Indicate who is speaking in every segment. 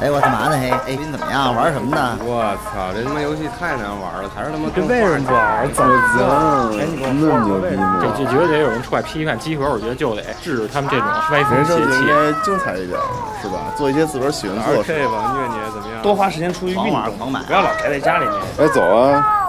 Speaker 1: 哎，我干嘛呢？嘿，哎，你怎么样？玩什么呢？
Speaker 2: 我操，这他妈游戏太难玩了，还是他妈
Speaker 3: 这为什么不玩？怎么
Speaker 4: 我
Speaker 2: 哎你给我
Speaker 4: 操，那么牛逼吗？
Speaker 3: 这就觉得得有人出来批判集合，我觉得就得制止他们这种歪
Speaker 4: 人
Speaker 3: 风邪
Speaker 4: 生就
Speaker 3: 气。
Speaker 4: 应该精彩一点，是吧？做一些自个儿喜欢做 的事。
Speaker 2: RK 吧，虐你怎么样？
Speaker 3: 多花时间出去运
Speaker 1: 狂玩
Speaker 3: 动，
Speaker 1: 狂买
Speaker 3: 不要老宅在家里面。
Speaker 4: 哎，走啊！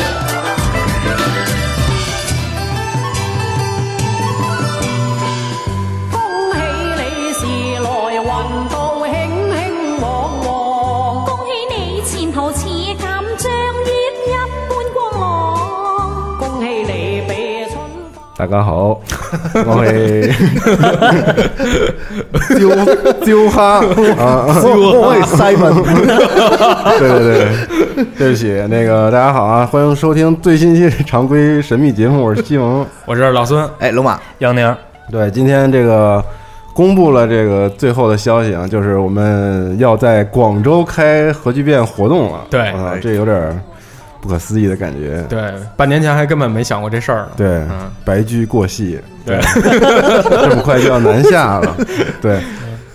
Speaker 5: 恭喜你時來運到興興旺旺，
Speaker 6: 恭喜你前途似錦像月一般光芒。
Speaker 5: 恭喜你被春
Speaker 7: 大家 好，我系
Speaker 4: 丢丢哈 啊！
Speaker 7: 我系 Simon，对对对，对不起，那个大家好啊，欢迎收听最新一期常规神秘节目，我是西蒙。
Speaker 8: 我是老孙，
Speaker 1: 哎，龙马，
Speaker 8: 杨宁，
Speaker 7: 对，今天这个公布了这个最后的消息啊，就是我们要在广州开核聚变活动了。
Speaker 8: 对
Speaker 7: 啊，这有点儿不可思议的感觉。
Speaker 8: 对，半年前还根本没想过这事儿呢。
Speaker 7: 对
Speaker 8: 嗯，
Speaker 7: 白驹过隙，
Speaker 8: 对，
Speaker 7: 这么快就要南下 了。对，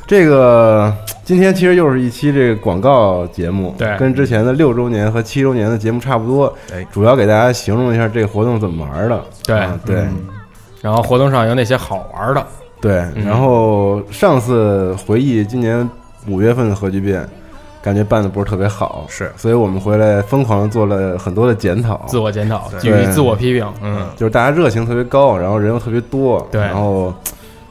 Speaker 7: 这个今天其实又是一期这个广告节目，
Speaker 8: 对
Speaker 7: 跟之前的六周年和七周年的节目差不多
Speaker 8: 哎。
Speaker 7: 主要给大家形容一下这个活动怎么玩儿的。
Speaker 8: 对
Speaker 7: 啊对。
Speaker 8: 然后活动上有哪些好玩的？
Speaker 7: 对，
Speaker 8: 嗯
Speaker 7: 然后上次回忆今年五月份的核聚变，感觉办的不是特别好，
Speaker 8: 是
Speaker 7: 所以我们回来疯狂地做了很多的检讨，
Speaker 8: 自我检讨，基
Speaker 7: 对
Speaker 8: 于自我批评。嗯，
Speaker 7: 就是大家热情特别高，然后人又特别多，
Speaker 8: 对
Speaker 7: 然后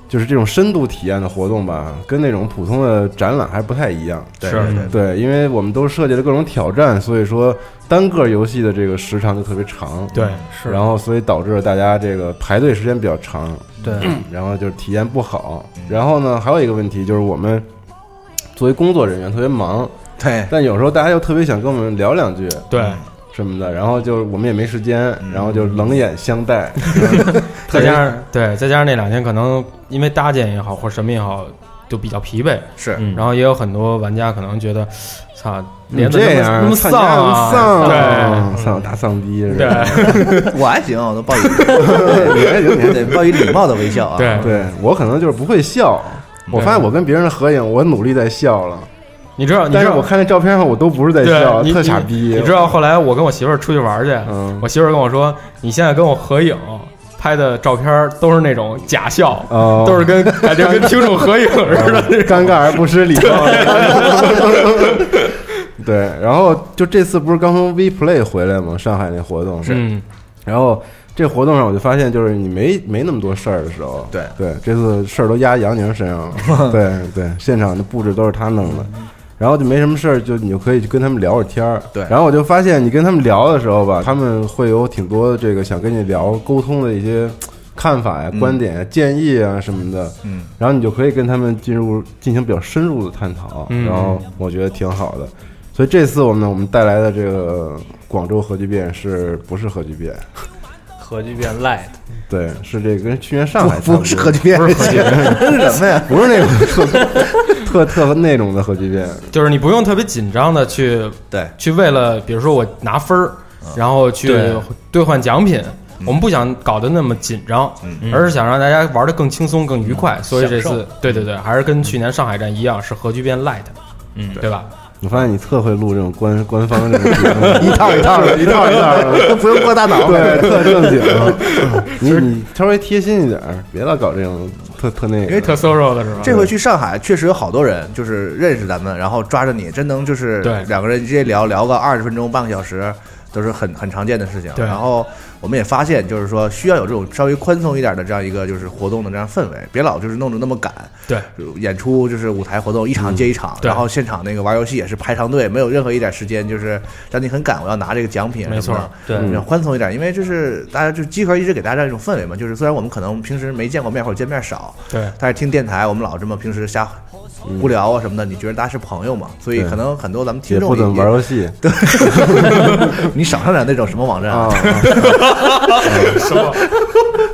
Speaker 7: 就是这种深度体验的活动吧，跟那种普通的展览还不太一样，
Speaker 8: 是对
Speaker 7: 对，因为我们都设计了各种挑战，所以说单个游戏的这个时长就特别长，
Speaker 8: 对，是
Speaker 7: 然后所以导致了大家这个排队时间比较长，嗯
Speaker 8: 对，
Speaker 7: 然后就是体验不好。然后呢，还有一个问题就是我们作为工作人员特别忙，
Speaker 4: 对，
Speaker 7: 但有时候大家又特别想跟我们聊两句
Speaker 8: 对，嗯
Speaker 7: 什么的，然后就是我们也没时间，然后就冷眼相待。
Speaker 8: 再加上嗯对，再加上那两天可能因为搭建也好或者什么也好，就比较疲惫。
Speaker 4: 是
Speaker 8: 然后也有很多玩家可能觉得，操，
Speaker 7: 你
Speaker 8: 连
Speaker 7: 嗯这样
Speaker 8: 那么
Speaker 7: 操
Speaker 8: 丧
Speaker 7: 你丫那么
Speaker 8: 啊，
Speaker 7: 丧
Speaker 8: 对。
Speaker 7: 啊，丧大丧逼是
Speaker 8: 对
Speaker 7: 吧？
Speaker 1: 我还行，我都报以， 你还行，你还得 报以礼貌的微笑啊。
Speaker 8: 对，
Speaker 7: 对我可能就是不会笑。我发现我跟别人的合影，我努力在笑了，
Speaker 8: 你知道，你
Speaker 7: 但
Speaker 8: 知
Speaker 7: 是
Speaker 8: 道
Speaker 7: 我看那照片上，我都不是在
Speaker 8: 对
Speaker 7: 笑，
Speaker 8: 你
Speaker 7: 特傻
Speaker 8: 你
Speaker 7: 逼。
Speaker 8: 你知道后来我跟我媳妇儿出去玩去，
Speaker 7: 嗯
Speaker 8: 我媳妇儿跟我说，你现在跟我合影拍的照片儿都是那种假笑，
Speaker 7: 哦
Speaker 8: 都是跟感觉跟听众合影 似的。
Speaker 7: 尴尬而不失礼貌。 对，然后就这次不是刚从 V Play 回来吗？上海那活动，
Speaker 8: 嗯，
Speaker 7: 然后这活动上我就发现，就是你没没那么多事儿的时候，
Speaker 4: 对
Speaker 7: 对，这次事儿都压杨宁身上 了，对对，现场的布置都是他弄的。然后就没什么事儿，就你就可以去跟他们聊会儿天儿。
Speaker 4: 对
Speaker 7: 然后我就发现你跟他们聊的时候吧，他们会有挺多这个想跟你聊沟通的一些看法呀、观点呀、建议啊什么的。
Speaker 4: 嗯，
Speaker 7: 然后你就可以跟他们进入进行比较深入的探讨。
Speaker 8: 嗯
Speaker 7: 然后我觉得挺好的。所以这次我们我们带来的这个广州核聚变是不是核聚变？
Speaker 3: 核聚变 light，
Speaker 7: 对，是这个跟去年上海
Speaker 1: 不不是核聚变，
Speaker 8: 不是合影，
Speaker 1: 是什么呀？
Speaker 7: 不是那种特特特那种的核聚变，
Speaker 8: 就是你不用特别紧张的去
Speaker 1: 对，
Speaker 8: 去为了，比如说我拿分儿，然后去
Speaker 3: 对
Speaker 8: 兑换奖品。我们不想搞得那么紧张，而是想让大家玩的更轻松、更愉快。所以这
Speaker 3: 享
Speaker 8: 次，对对对，还是跟去年上海站一样，是核聚变 light，嗯，对吧？
Speaker 7: 我发现你特会录这种官官方这种节目
Speaker 1: 一套一套的，
Speaker 7: 一套一套的，
Speaker 1: 都不用过大脑。
Speaker 7: 对，特正 经。啊你你稍微贴心一点儿，别老搞这种特特那
Speaker 8: 因为
Speaker 7: 个。
Speaker 8: 特 solo 的是吧？
Speaker 1: 这回去上海确实有好多人，就是认识咱们，然后抓着你，真能就是
Speaker 8: 对
Speaker 1: 两个人直接聊聊个二十分钟、半个小时，都是很很常见的事情。
Speaker 8: 对
Speaker 1: 然后我们也发现，就是说需要有这种稍微宽松一点的这样一个就是活动的这样氛围，别老就是弄得那么赶。
Speaker 8: 对，
Speaker 1: 演出就是舞台活动，一场接一场，
Speaker 8: 嗯对
Speaker 1: 然后现场那个玩游戏也是排长队，没有任何一点时间就是让你很赶，我要拿这个奖品啊
Speaker 8: 没
Speaker 1: 什么
Speaker 8: 错
Speaker 1: 的，
Speaker 8: 对，
Speaker 1: 比较宽松一点，因为就是大家就集合一直给大家这样一种氛围嘛，就是虽然我们可能平时没见过面或者见面少，
Speaker 8: 对
Speaker 1: 但是听电台我们老这么平时瞎无聊啊什么的，你觉得大家是朋友嘛，所以
Speaker 7: 对
Speaker 1: 可能很多咱们听
Speaker 7: 也
Speaker 1: 众
Speaker 7: 不怎么
Speaker 1: 也
Speaker 7: 玩游戏
Speaker 1: 你少上点那种什么网站
Speaker 7: 啊，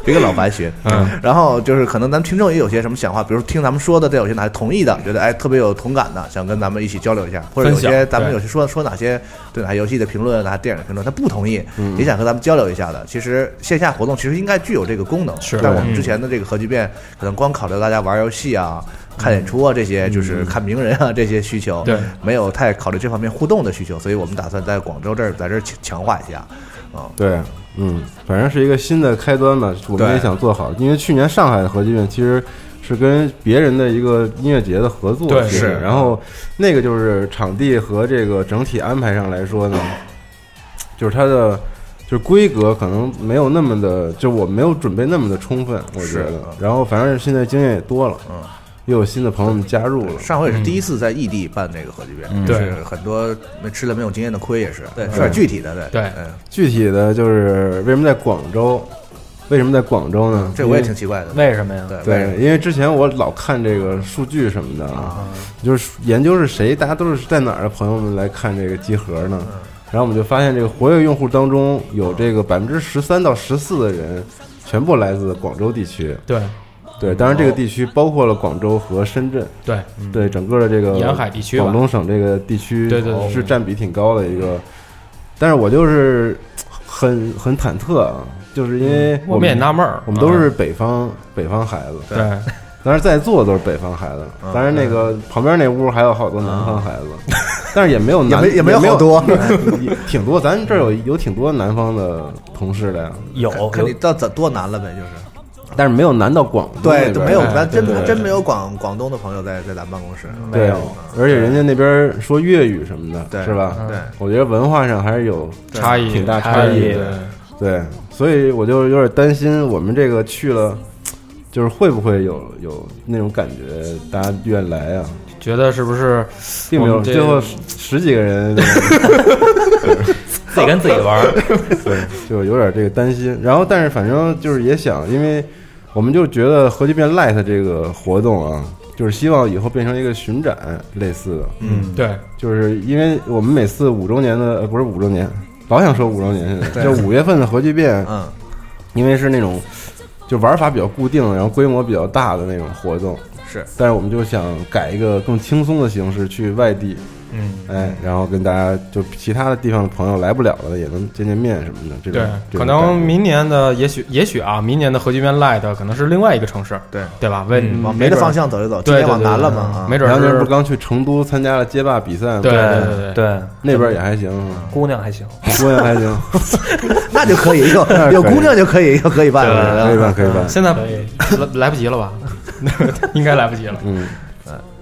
Speaker 1: 别跟老白学。
Speaker 8: 嗯，
Speaker 1: 然后就是可能咱们听众也有些什么想法，比如听咱们说的，对有些哪同意的，觉得哎特别有同感的，想跟咱们一起交流一下，或者有
Speaker 8: 分
Speaker 1: 些
Speaker 8: 享
Speaker 1: 咱们
Speaker 8: 对
Speaker 1: 有些说说哪些对哪游戏的评论、哪电影的评论，他不同意，也想和咱们交流一下的。其实线下活动其实应该具有这个功能，
Speaker 8: 是
Speaker 1: 但我们之前的这个核聚变可能光考虑大家玩游戏啊。看演出啊，这些就是看名人啊，这些需求，
Speaker 8: 对，
Speaker 1: 没有太考虑这方面互动的需求，所以我们打算在广州这儿在这儿强强化一下，啊、
Speaker 7: 对，嗯，反正是一个新的开端吧，我们也
Speaker 1: 对
Speaker 7: 想做好，因为去年上海的核聚变其实是跟别人的一个音乐节的合作，
Speaker 8: 对
Speaker 7: 其实
Speaker 1: 是
Speaker 7: 然后那个就是场地和这个整体安排上来说呢，就是它的。就是规格可能没有那么的，就我没有准备那么的充分，我觉
Speaker 1: 是
Speaker 7: 得。然后反正现在经验也多了，
Speaker 1: 嗯，
Speaker 7: 又有新的朋友们加入了，
Speaker 1: 上回也是第一次在异地办这个核聚变，
Speaker 8: 嗯
Speaker 1: 就是很多没吃了没有经验的亏也是，对，是点具体的，对，
Speaker 8: 对
Speaker 1: 嗯，
Speaker 7: 具体的就是为什么在广州？为什么在广州呢？
Speaker 1: 这我也挺奇怪的，
Speaker 8: 为什么呀？
Speaker 1: 对
Speaker 7: 对，，因为之前我老看这个数据什么的啊，就是研究是谁，大家都是在哪儿的朋友们来看这个集合呢？然后我们就发现，这个活跃用户当中有这个百分之十三到十四的人，全部来自广州地区。
Speaker 8: 对
Speaker 7: 对，当然这个地区包括了广州和深圳，
Speaker 8: 对
Speaker 7: 对整个的这个
Speaker 8: 沿海地区吧
Speaker 7: 广东省这个地区，
Speaker 8: 对对对
Speaker 7: 是占比挺高的一个。但是我就是很很忐忑啊，就是因为
Speaker 8: 嗯我们也纳闷儿，
Speaker 7: 我们都是北方北方孩子，
Speaker 8: 嗯对
Speaker 7: 当然在座都是北方孩子，
Speaker 1: 嗯
Speaker 7: 当然那个旁边那屋还有好多南方孩子，但是也没有南
Speaker 1: 也没也
Speaker 7: 也
Speaker 1: 没有
Speaker 7: 有
Speaker 1: 好多
Speaker 7: 也挺多，咱这儿有有挺多南方的同事的呀，
Speaker 8: 有
Speaker 1: 看你
Speaker 8: 有
Speaker 1: 到怎多难了呗，就是，
Speaker 7: 但是没有南到广东那
Speaker 1: 对，
Speaker 7: 边
Speaker 1: 都
Speaker 7: 儿
Speaker 1: 没有，
Speaker 7: 来
Speaker 1: 咱真
Speaker 7: 对对
Speaker 1: 真没有广广东的朋友在在咱办公室，嗯
Speaker 7: 对，而且人家那边儿说粤语什么的，
Speaker 1: 对嗯
Speaker 7: 是吧？
Speaker 1: 对，
Speaker 7: 我觉得文化上还是有
Speaker 8: 差异
Speaker 7: 挺大
Speaker 8: 差
Speaker 7: 异
Speaker 8: 对
Speaker 7: 的，对，所以我就有点担心我们这个去了。就是会不会有有那种感觉，大家愿来啊？
Speaker 8: 觉得是不是
Speaker 7: 并没
Speaker 8: 我
Speaker 7: 有，
Speaker 8: 们这
Speaker 7: 最后十十几个人
Speaker 8: 自己跟自己 玩儿？
Speaker 7: 就有点这个担心。然后，但是反正就是也想，因为我们就觉得核聚变 Light 这个活动啊，就是希望以后变成一个巡展类似的，
Speaker 8: 嗯，对，
Speaker 7: 就是因为我们每次五周年的呃不是五周年，老想说五周年现在，就五月份的核聚变，
Speaker 1: 嗯，
Speaker 7: 因为是那种就玩法比较固定，然后规模比较大的那种活动。
Speaker 1: 是，
Speaker 7: 但是我们就想改一个更轻松的形式去外地，
Speaker 8: 嗯，
Speaker 7: 哎，然后跟大家就其他的地方的朋友来不了了，也能见见面什么的。这种
Speaker 8: 对，
Speaker 7: 这
Speaker 8: 可
Speaker 7: 种感
Speaker 8: 能
Speaker 7: 觉
Speaker 8: 明年的也许也许啊，明年的核聚变 Light 可能是另外一个城市，
Speaker 1: 对
Speaker 8: 对吧？为
Speaker 1: 往
Speaker 8: 没
Speaker 1: 别的
Speaker 8: 准儿
Speaker 1: 方向走一走，今
Speaker 8: 对对
Speaker 1: 天往
Speaker 8: 对
Speaker 1: 南
Speaker 8: 对
Speaker 1: 了
Speaker 8: 对
Speaker 1: 嘛，啊
Speaker 8: 没准儿
Speaker 7: 杨宁
Speaker 8: 是
Speaker 7: 不刚去成都参加了街霸比赛吗？
Speaker 8: 对对对对，
Speaker 3: 对，
Speaker 7: 那边也还 行，
Speaker 3: 姑娘还行，
Speaker 7: 姑娘还行，
Speaker 1: 那就可以，有有姑娘就可以，就可以办了，
Speaker 7: 可以办，可以办。
Speaker 8: 现在来 来不及了吧？ 应该来不及了。
Speaker 7: 嗯，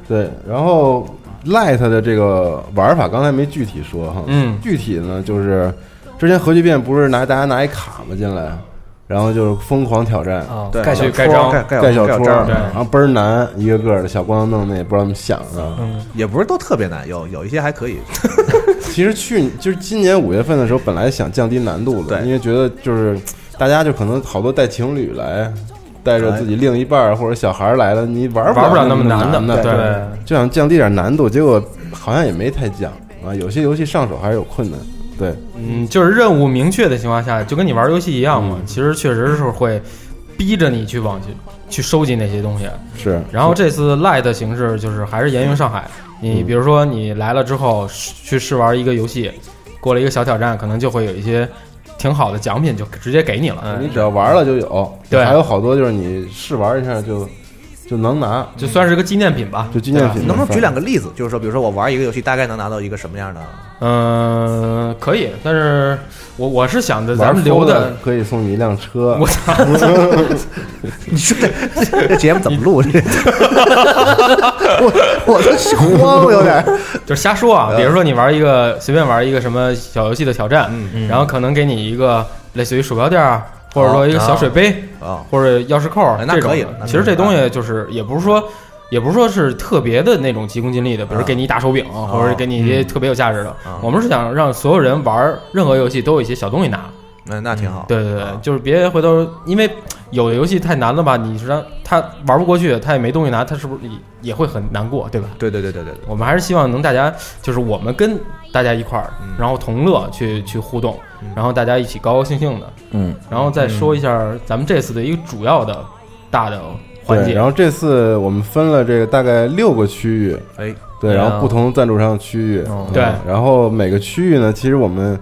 Speaker 7: 对。然后 Light 的这个玩法刚才没具体说哈，
Speaker 8: 嗯
Speaker 7: 具体呢就是之前核聚变不是拿大家拿一卡嘛进来，然后就是疯狂挑战。
Speaker 8: 哦
Speaker 3: 啊，
Speaker 1: 对
Speaker 3: 盖小
Speaker 8: 去盖
Speaker 3: 戳
Speaker 8: 章
Speaker 1: 盖盖
Speaker 7: 盖
Speaker 1: 小
Speaker 7: 小
Speaker 1: 盖
Speaker 7: 戳，
Speaker 1: 章
Speaker 8: 对
Speaker 7: 然后倍儿难，一个个的小光头弄的也不知道怎么想啊的。
Speaker 1: 也不是都特别难，有有一些还可以，
Speaker 7: 其实去就是今年五月份的时候，本来想降低难度的，
Speaker 1: 对
Speaker 7: 因为觉得就是大家就可能好多带情侣来，带着自己另一半儿或者小孩儿来了，你玩不
Speaker 8: 玩不了
Speaker 7: 那
Speaker 8: 那么
Speaker 7: 难
Speaker 8: 难
Speaker 7: 的，
Speaker 8: 的对
Speaker 7: 就想降低点难度，结果好像也没太降啊，有些游戏上手还是有困难，对，
Speaker 8: 嗯，就是任务明确的情况下，就跟你玩游戏一样嘛，
Speaker 1: 嗯
Speaker 8: 其实确实是会逼着你去往去去收集那些东西。
Speaker 7: 是，
Speaker 8: 然后这次 Light 的形式就是还是沿用上海，
Speaker 1: 嗯
Speaker 8: 你比如说你来了之后试去试玩一个游戏，过了一个小挑战，可能就会有一些挺好的奖品就直接给你了，
Speaker 1: 嗯
Speaker 7: 你只要玩了就有，
Speaker 8: 对
Speaker 7: 还有好多就是你试玩一下就就能拿，
Speaker 8: 就算是个纪念品吧。
Speaker 7: 就纪念品，
Speaker 1: 能不能举两个例子？就是说，比如说我玩一个游戏，大概能拿到一个什么样的？
Speaker 8: 嗯、可以，但是我我是想着咱
Speaker 7: 玩
Speaker 8: 们留
Speaker 7: 疯了
Speaker 8: 的。
Speaker 7: 可以送你一辆车，
Speaker 8: 我 操！
Speaker 1: 你说这这节目怎么 录？这我 我都慌了，有点儿。
Speaker 8: 就是
Speaker 1: 嗯
Speaker 8: 嗯
Speaker 1: 嗯
Speaker 8: 瞎说啊，比如说你玩一个随便玩一个什么小游戏的挑战，然后可能给你一个类似于鼠标垫儿，或者说一个小水杯，
Speaker 1: 啊，
Speaker 8: 或者钥匙扣儿
Speaker 1: 哎那
Speaker 8: 这种
Speaker 1: 可以那
Speaker 8: 的。
Speaker 1: 可以
Speaker 8: 其实这东西就是也不是说。也不是说是特别的那种急功近利的，比如
Speaker 1: 啊
Speaker 8: 给你一大手柄，或者给你一
Speaker 1: 嗯
Speaker 8: 些特别有价值的
Speaker 1: 啊。
Speaker 8: 我们是想让所有人玩任何游戏都有一些小东西拿，
Speaker 1: 那那挺好。
Speaker 8: 对对对
Speaker 1: 啊，
Speaker 8: 就是别回头，因为有的游戏太难了吧，你是让他玩不过去，他也没东西拿，他是不是也也会很难过，对吧？
Speaker 1: 对对对对对对，
Speaker 8: 我们还是希望能大家，就是我们跟大家一块儿，
Speaker 1: 嗯
Speaker 8: 然后同乐去去互动，然后大家一起高高兴兴的，
Speaker 3: 嗯，
Speaker 8: 然后再说一下咱们这次的一个主要的大的环
Speaker 7: 对，
Speaker 8: 节，
Speaker 7: 然后这次我们分了这个大概六个区域，
Speaker 1: 哎，
Speaker 7: 对，
Speaker 8: 对啊
Speaker 7: 然后不同赞助商的区域，
Speaker 8: 哦
Speaker 7: 嗯
Speaker 8: 对
Speaker 7: 然后每个区域呢，其实我们，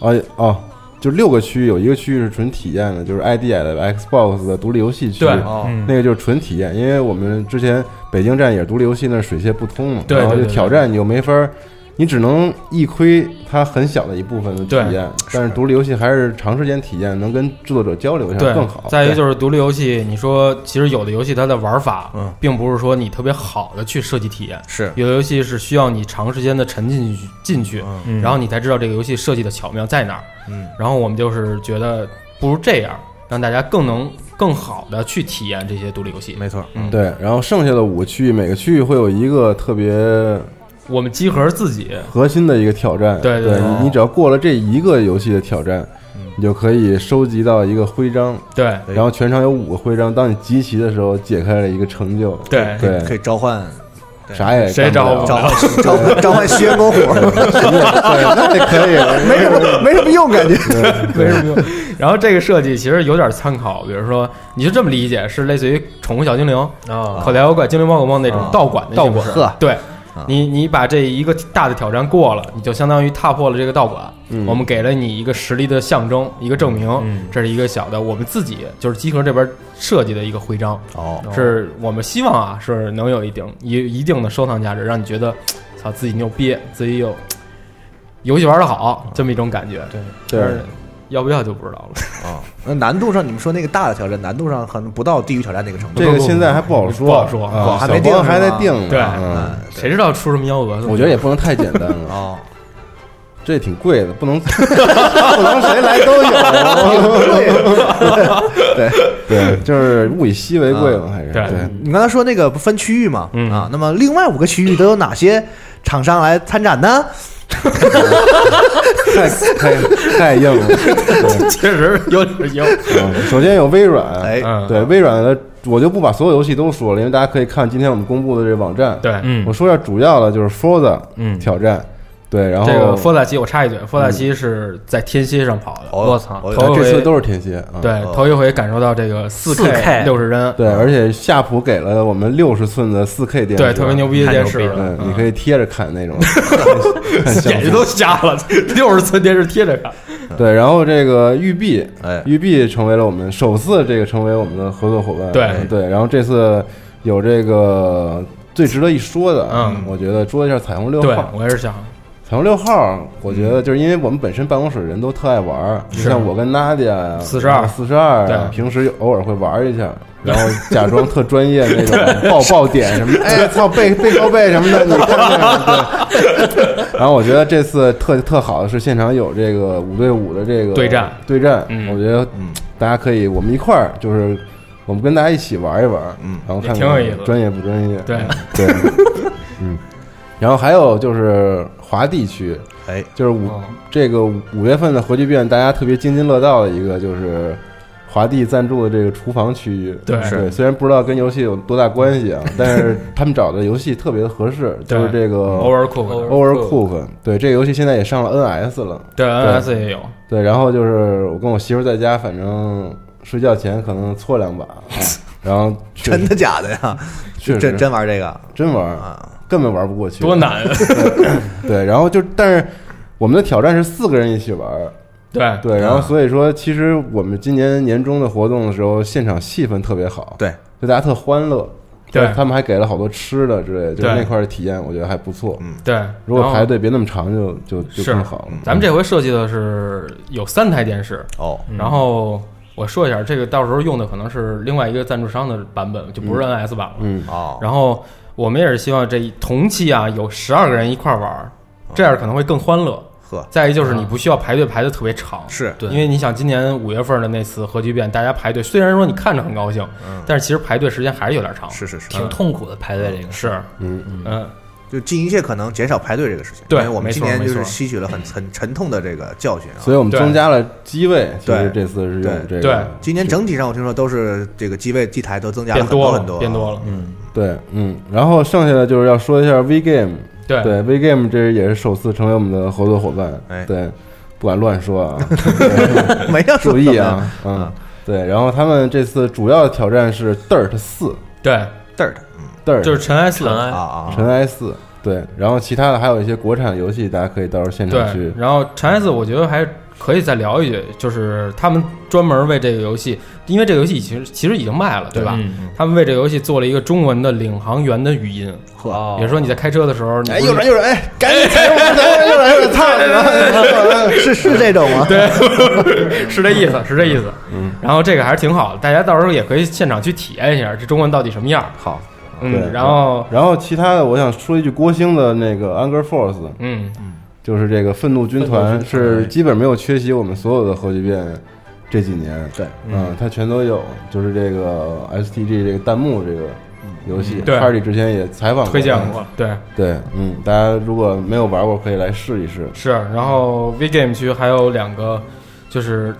Speaker 7: 哦哦，就六个区域，有一个区域是纯体验的，就是 IDI 的 Xbox 的独立游戏区，
Speaker 8: 对
Speaker 1: 哦，
Speaker 8: 嗯
Speaker 7: 那个就是纯体验，因为我们之前北京站也是独立游戏，那水泄不通嘛，
Speaker 8: 对
Speaker 7: 然后
Speaker 8: 对
Speaker 7: 就
Speaker 8: 对
Speaker 7: 挑战你又没法儿，你只能一窥它很小的一部分的体
Speaker 8: 对
Speaker 7: 验，但是独立游戏还是长时间体验，能跟制作者交流一下
Speaker 8: 对
Speaker 7: 更好。，
Speaker 8: 再一个
Speaker 7: 对
Speaker 8: 就是独立游戏，你说其实有的游戏它的玩法
Speaker 1: 嗯，
Speaker 8: 并不是说你特别好的去设计体验，
Speaker 1: 是
Speaker 8: 有的游戏是需要你长时间的沉浸去进去，
Speaker 9: 嗯
Speaker 8: 然后你才知道这个游戏设计的巧妙在哪儿。
Speaker 1: 嗯，
Speaker 8: 然后我们就是觉得不如这样，让大家更能更好的去体验这些独立游戏。
Speaker 1: 没错，
Speaker 8: 嗯，，
Speaker 7: 对，然后剩下的五个区域，每个区域会有一个特别
Speaker 8: 我们集合自己，
Speaker 7: 核心的一个挑战。
Speaker 8: 对对
Speaker 7: 对，
Speaker 8: 对
Speaker 7: 你你只要过了这一个游戏的挑战，你就可以收集到一个徽章，
Speaker 8: 对
Speaker 1: 哎
Speaker 7: 然后全场有五个徽章。当你集齐的时候，解开了一个成就。
Speaker 8: 对哦
Speaker 7: 对，
Speaker 1: 可以召唤
Speaker 7: 啥也
Speaker 8: 谁
Speaker 7: 干不了
Speaker 1: 召
Speaker 8: 找
Speaker 1: 唤召唤召唤吸血狗 火，
Speaker 7: 对，那也可以，
Speaker 1: 没什么没什么用感觉。
Speaker 8: 没什么用。然后这个设计其实有点参考，比如说你就这么理解，是类似于宠物小精灵、
Speaker 1: 啊
Speaker 8: 口袋妖怪、精灵宝可梦那种
Speaker 1: 啊
Speaker 8: 道馆那种
Speaker 1: 道馆
Speaker 8: 事儿
Speaker 1: 呵
Speaker 8: 对。你你把这一个大的挑战过了，你就相当于踏破了这个道馆。我们给了你一个实力的象征，一个证明。这是一个小的，我们自己就是集合这边设计的一个徽章，
Speaker 1: 哦，
Speaker 8: 是我们希望啊，是能有一定一一定的收藏价值，让你觉得，操，自己牛逼，自己有游戏玩的好，这么一种感觉。对，
Speaker 7: 对
Speaker 8: 但是要不要就不知道了。
Speaker 1: 哦那难度上你们说那个大的挑战，难度上可能不到地狱挑战那个程度。
Speaker 7: 这个现在还不好说，
Speaker 8: 不好说
Speaker 7: 啊
Speaker 1: 还没
Speaker 7: 小
Speaker 1: 定
Speaker 7: 光
Speaker 1: 是
Speaker 7: 还在
Speaker 1: 吗
Speaker 7: 定呢。
Speaker 8: 对
Speaker 7: 嗯
Speaker 1: 嗯
Speaker 8: 谁知道出什么幺蛾子？
Speaker 7: 我觉得也不能太简单了，
Speaker 1: 哦，
Speaker 7: 这挺贵的， 不能不能谁来都 有。
Speaker 1: 对，
Speaker 7: 对，就是物以稀为贵嘛，还是
Speaker 8: 嗯对
Speaker 1: 你刚才说那个不分区域嘛，
Speaker 8: 嗯
Speaker 1: 啊，那么另外五个区域都有哪些厂商来参展呢？
Speaker 7: 太太太硬 了。对
Speaker 8: 确实有 点硬。
Speaker 7: 嗯首先有微软，
Speaker 1: 哎
Speaker 8: 嗯
Speaker 7: 对微软的，我就不把所有游戏都说了，因为大家可以看今天我们公布的这网站。
Speaker 8: 对，
Speaker 7: 我说一下主要的，就是 Forza
Speaker 8: 嗯
Speaker 7: 挑战，对，然后
Speaker 8: 这个佛萨奇，我插一句，佛萨奇是在天蝎上跑的，
Speaker 1: 哦
Speaker 8: 我操，
Speaker 1: 哦
Speaker 8: 头
Speaker 7: 嗯
Speaker 8: 一
Speaker 7: 这次
Speaker 8: 回
Speaker 7: 都是天蝎啊，
Speaker 8: 对
Speaker 1: 哦
Speaker 8: 头一回感受到这个四 K 六十帧，
Speaker 7: 对，而且夏普给了我们六十寸的四 K 电视，
Speaker 8: 对，特别牛。逼的电视了，
Speaker 7: 嗯，你可以贴着看 那种，
Speaker 8: 眼睛都瞎了， 六十寸电视贴着看，
Speaker 7: 对，然后这个育碧，
Speaker 1: 哎
Speaker 7: 育碧成为了我们首次这个成为我们的合作伙伴，
Speaker 8: 对
Speaker 7: 对，然后这次有这个最值得一说的，啊
Speaker 8: 嗯
Speaker 7: 我觉得说一下彩虹六
Speaker 8: 对
Speaker 7: 号，啊
Speaker 8: 我也是想，
Speaker 7: 彩虹六号，我觉得就是因为我们本身办公室人都特爱玩儿，就像我跟 Nadia 呀，
Speaker 8: 42
Speaker 7: 四十二
Speaker 8: 对，
Speaker 7: 平时偶尔会玩一下，然后假装特专业那种爆爆点什么，哎操背背靠背什么的，你看那个。对。然后我觉得这次特特好的是现场有这个五对五的这个
Speaker 8: 对战
Speaker 7: 对战，
Speaker 8: 嗯
Speaker 7: 我觉得大家可以我们一块儿就是。我们跟大家一起玩一玩，嗯，然后看
Speaker 8: 也挺有意思
Speaker 7: 看
Speaker 8: 的
Speaker 7: 专业不专业，
Speaker 8: 对
Speaker 7: 对，嗯，然后还有就是华地区，
Speaker 1: 哎，
Speaker 7: 就是五、
Speaker 8: 哦
Speaker 7: 这个五五月份的核聚变，大家特别津津乐道的一个就是华帝赞助的这个厨房区域。
Speaker 8: 对
Speaker 7: 对，虽然不知道跟游戏有多大关系啊，但是他们找的游戏特别的合适，
Speaker 8: 对
Speaker 7: 就是这个
Speaker 8: Overcooked
Speaker 7: Overcook。对，这个游戏现在也上了 NS 了。
Speaker 8: 对 NS 也有，
Speaker 7: 对，然后就是我跟我媳妇儿在家，反正睡觉前可能搓两把，啊然后 确
Speaker 1: 真
Speaker 7: 实
Speaker 1: 的假的呀？
Speaker 7: 确实
Speaker 1: 真真玩这个？
Speaker 7: 真玩儿
Speaker 1: 啊，
Speaker 7: 根本玩不过去，
Speaker 8: 多难，
Speaker 7: 对，然后就但是我们的挑战是四个人一起玩儿，
Speaker 8: 对
Speaker 1: 啊
Speaker 7: 对，然后所以说其实我们今年年终的活动的时候，现场气氛特别好，，
Speaker 1: 对，
Speaker 7: 就大家特欢乐，
Speaker 8: 对
Speaker 7: 他们还给了好多吃的之类的，就是
Speaker 8: 对
Speaker 7: 那块儿的体验我觉得还不错，嗯，
Speaker 8: 对，
Speaker 7: 如果
Speaker 8: 然后
Speaker 7: 排队别那么长就就就是更好嗯了，
Speaker 8: 咱们这回设计的是有三台电视，
Speaker 1: 哦，
Speaker 7: 嗯
Speaker 8: 然后我说一下，这个到时候用的可能是另外一个赞助商的版本，就不是 NS 版了。
Speaker 7: 嗯
Speaker 1: 哦，
Speaker 8: 然后我们也是希望这一同期啊有十二个人一块儿玩儿，这样可能会更欢乐。
Speaker 1: 呵，
Speaker 8: 再一就是你不需要排队排的特别长，
Speaker 1: 是
Speaker 8: 对，因为你想今年五月份的那次核聚变，大家排队虽然说你看着很高兴，但是其实排队时间还是有点长，
Speaker 1: 是是是，
Speaker 3: 挺痛苦的排队这个。
Speaker 8: 是，
Speaker 7: 嗯，
Speaker 8: 嗯，
Speaker 1: 就尽一切可能减少排队这个事情。
Speaker 8: 对
Speaker 1: 因为我们
Speaker 8: 没
Speaker 1: 今
Speaker 8: 错
Speaker 1: 年就
Speaker 8: 没
Speaker 1: 是
Speaker 8: 错
Speaker 1: 吸取了很很沉痛的这个教训啊。
Speaker 7: 所以我们
Speaker 8: 对
Speaker 7: 增加了机位，其
Speaker 1: 对
Speaker 7: 实这次是用这
Speaker 8: 对
Speaker 7: 个，
Speaker 1: 今年整体上我听说都是这个机位机台都增加了
Speaker 8: 变
Speaker 1: 很多
Speaker 8: 了
Speaker 1: 很多，
Speaker 8: 变多了，
Speaker 7: 对，嗯，然后剩下的就是要说一下 V Game，
Speaker 8: 对
Speaker 7: 对 V Game 这也是首次成为我们的合作伙伴，
Speaker 1: 哎
Speaker 7: 对，不敢乱说啊，
Speaker 1: 没要说
Speaker 7: 注意
Speaker 1: 怎么
Speaker 7: 啊
Speaker 1: 样，
Speaker 7: 嗯，对，然后他们这次主要的挑战是 Dirt 四
Speaker 8: 对，
Speaker 1: ，Dirt
Speaker 7: ，Dirt
Speaker 8: 就是尘埃四
Speaker 3: 尘埃
Speaker 1: 啊啊，
Speaker 7: 尘埃四，对，然后其他的还有一些国产游戏，大家可以到时候现场
Speaker 8: 对
Speaker 7: 去，，
Speaker 8: 然后《尘埃四》我觉得还可以再聊一句，就是他们专门为这个游戏，因为这个游戏其实其实已经卖了，对吧？他们为这个游戏做了一个中文的领航员的语音，
Speaker 3: 哦
Speaker 8: 也就是说你在开车的时候，你
Speaker 4: 哎，
Speaker 8: 不
Speaker 4: 右
Speaker 8: 是
Speaker 4: 转右转，哎，赶紧踩油门，踩右转右转，操！
Speaker 1: 是是这种吗？对，
Speaker 8: 是这意思，是这意思。嗯，然后这个还是挺好的，大家到时候也可以现场去体验一下这中文到底什么样。
Speaker 7: 好，对
Speaker 8: 嗯，然后
Speaker 7: 然后其他的我想说一句郭兴的那个 Anger Force，
Speaker 8: 嗯，
Speaker 7: 就是这个愤怒军团是基本没有缺席我们所有的核聚变这几年，对，嗯，它全都有，就是这个 STG 这个弹幕这个游戏，
Speaker 8: 对
Speaker 7: Hardy 之前也采访
Speaker 8: 推荐过，对，
Speaker 7: 对，嗯，大家如果没有玩过可以来试一试，
Speaker 8: 是。然后 V Game 区还有两个，就是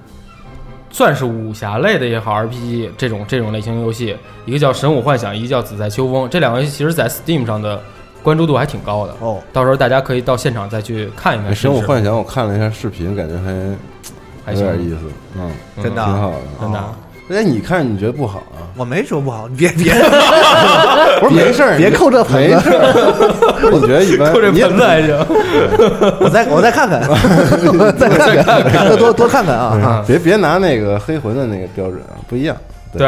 Speaker 8: 算是武侠类的也好，RPG 这种这种类型游戏，一个叫《神武幻想》，一个叫《紫菜秋风》，这两个游戏其实在 Steam 上的关注度还挺高的。
Speaker 1: 哦，
Speaker 8: 到时候大家可以到现场再去看一看，
Speaker 7: 哎神武
Speaker 8: 是不是
Speaker 7: 幻想我看了一下视频，感觉还
Speaker 8: 还
Speaker 7: 有
Speaker 8: 行，
Speaker 7: 点意思，嗯，
Speaker 1: 真的
Speaker 7: 挺好
Speaker 1: 啊，
Speaker 7: 的。
Speaker 8: 真的啊。
Speaker 7: 那你看你觉得不好啊？
Speaker 1: 我没说不好，你别别
Speaker 7: 不是没事儿，
Speaker 1: 别扣这盆
Speaker 7: 没
Speaker 1: 子
Speaker 7: 事 儿，不是你觉得一般？
Speaker 8: 扣这
Speaker 7: 你也
Speaker 8: 盆子还行，
Speaker 1: 我再我再看看，再看看，多多多看看啊！
Speaker 7: 嗯别别拿那个黑魂的那个标准啊，不一样。
Speaker 8: 对，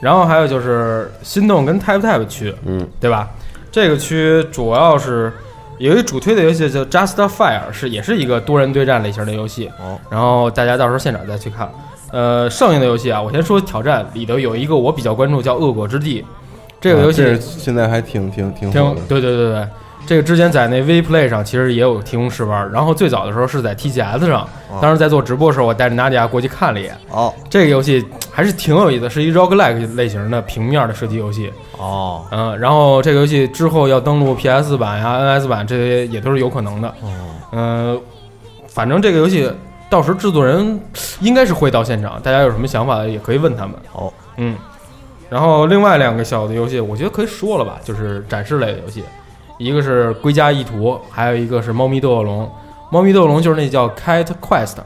Speaker 8: 然后还有就是心动跟 Type Type 区，
Speaker 7: 嗯，
Speaker 8: 对吧？这个区主要是有一个主推的游戏叫 Just a Fire，是也是一个多人对战类型的游戏。
Speaker 1: 哦，
Speaker 8: 然后大家到时候现场再去看。呃，剩下的游戏啊，我先说挑战里头有一个我比较关注，叫《恶果之地》，这个游戏
Speaker 7: 啊是现在还挺挺挺
Speaker 8: 挺
Speaker 7: 火的。
Speaker 8: 对对对对，这个之前在那 V Play 上其实也有提供试玩，然后最早的时候是在 TGS 上，
Speaker 7: 哦
Speaker 8: 当时在做直播的时候，我带着娜迪亚过去看了一眼。
Speaker 1: 哦
Speaker 8: 这个游戏还是挺有意思，是一 roguelike 类型的平面的射击游戏。
Speaker 1: 哦，
Speaker 8: 嗯，然后这个游戏之后要登录 PS 版呀、NS 版，这些也都是有可能的。嗯、反正这个游戏到时制作人应该是会到现场，大家有什么想法也可以问他们。
Speaker 1: 好，
Speaker 8: 嗯。然后另外两个小的游戏，我觉得可以说了吧，就是展示类的游戏，一个是《归家意图》，还有一个是《猫咪斗恶龙》。猫咪斗恶龙就是那叫 Cat Quest，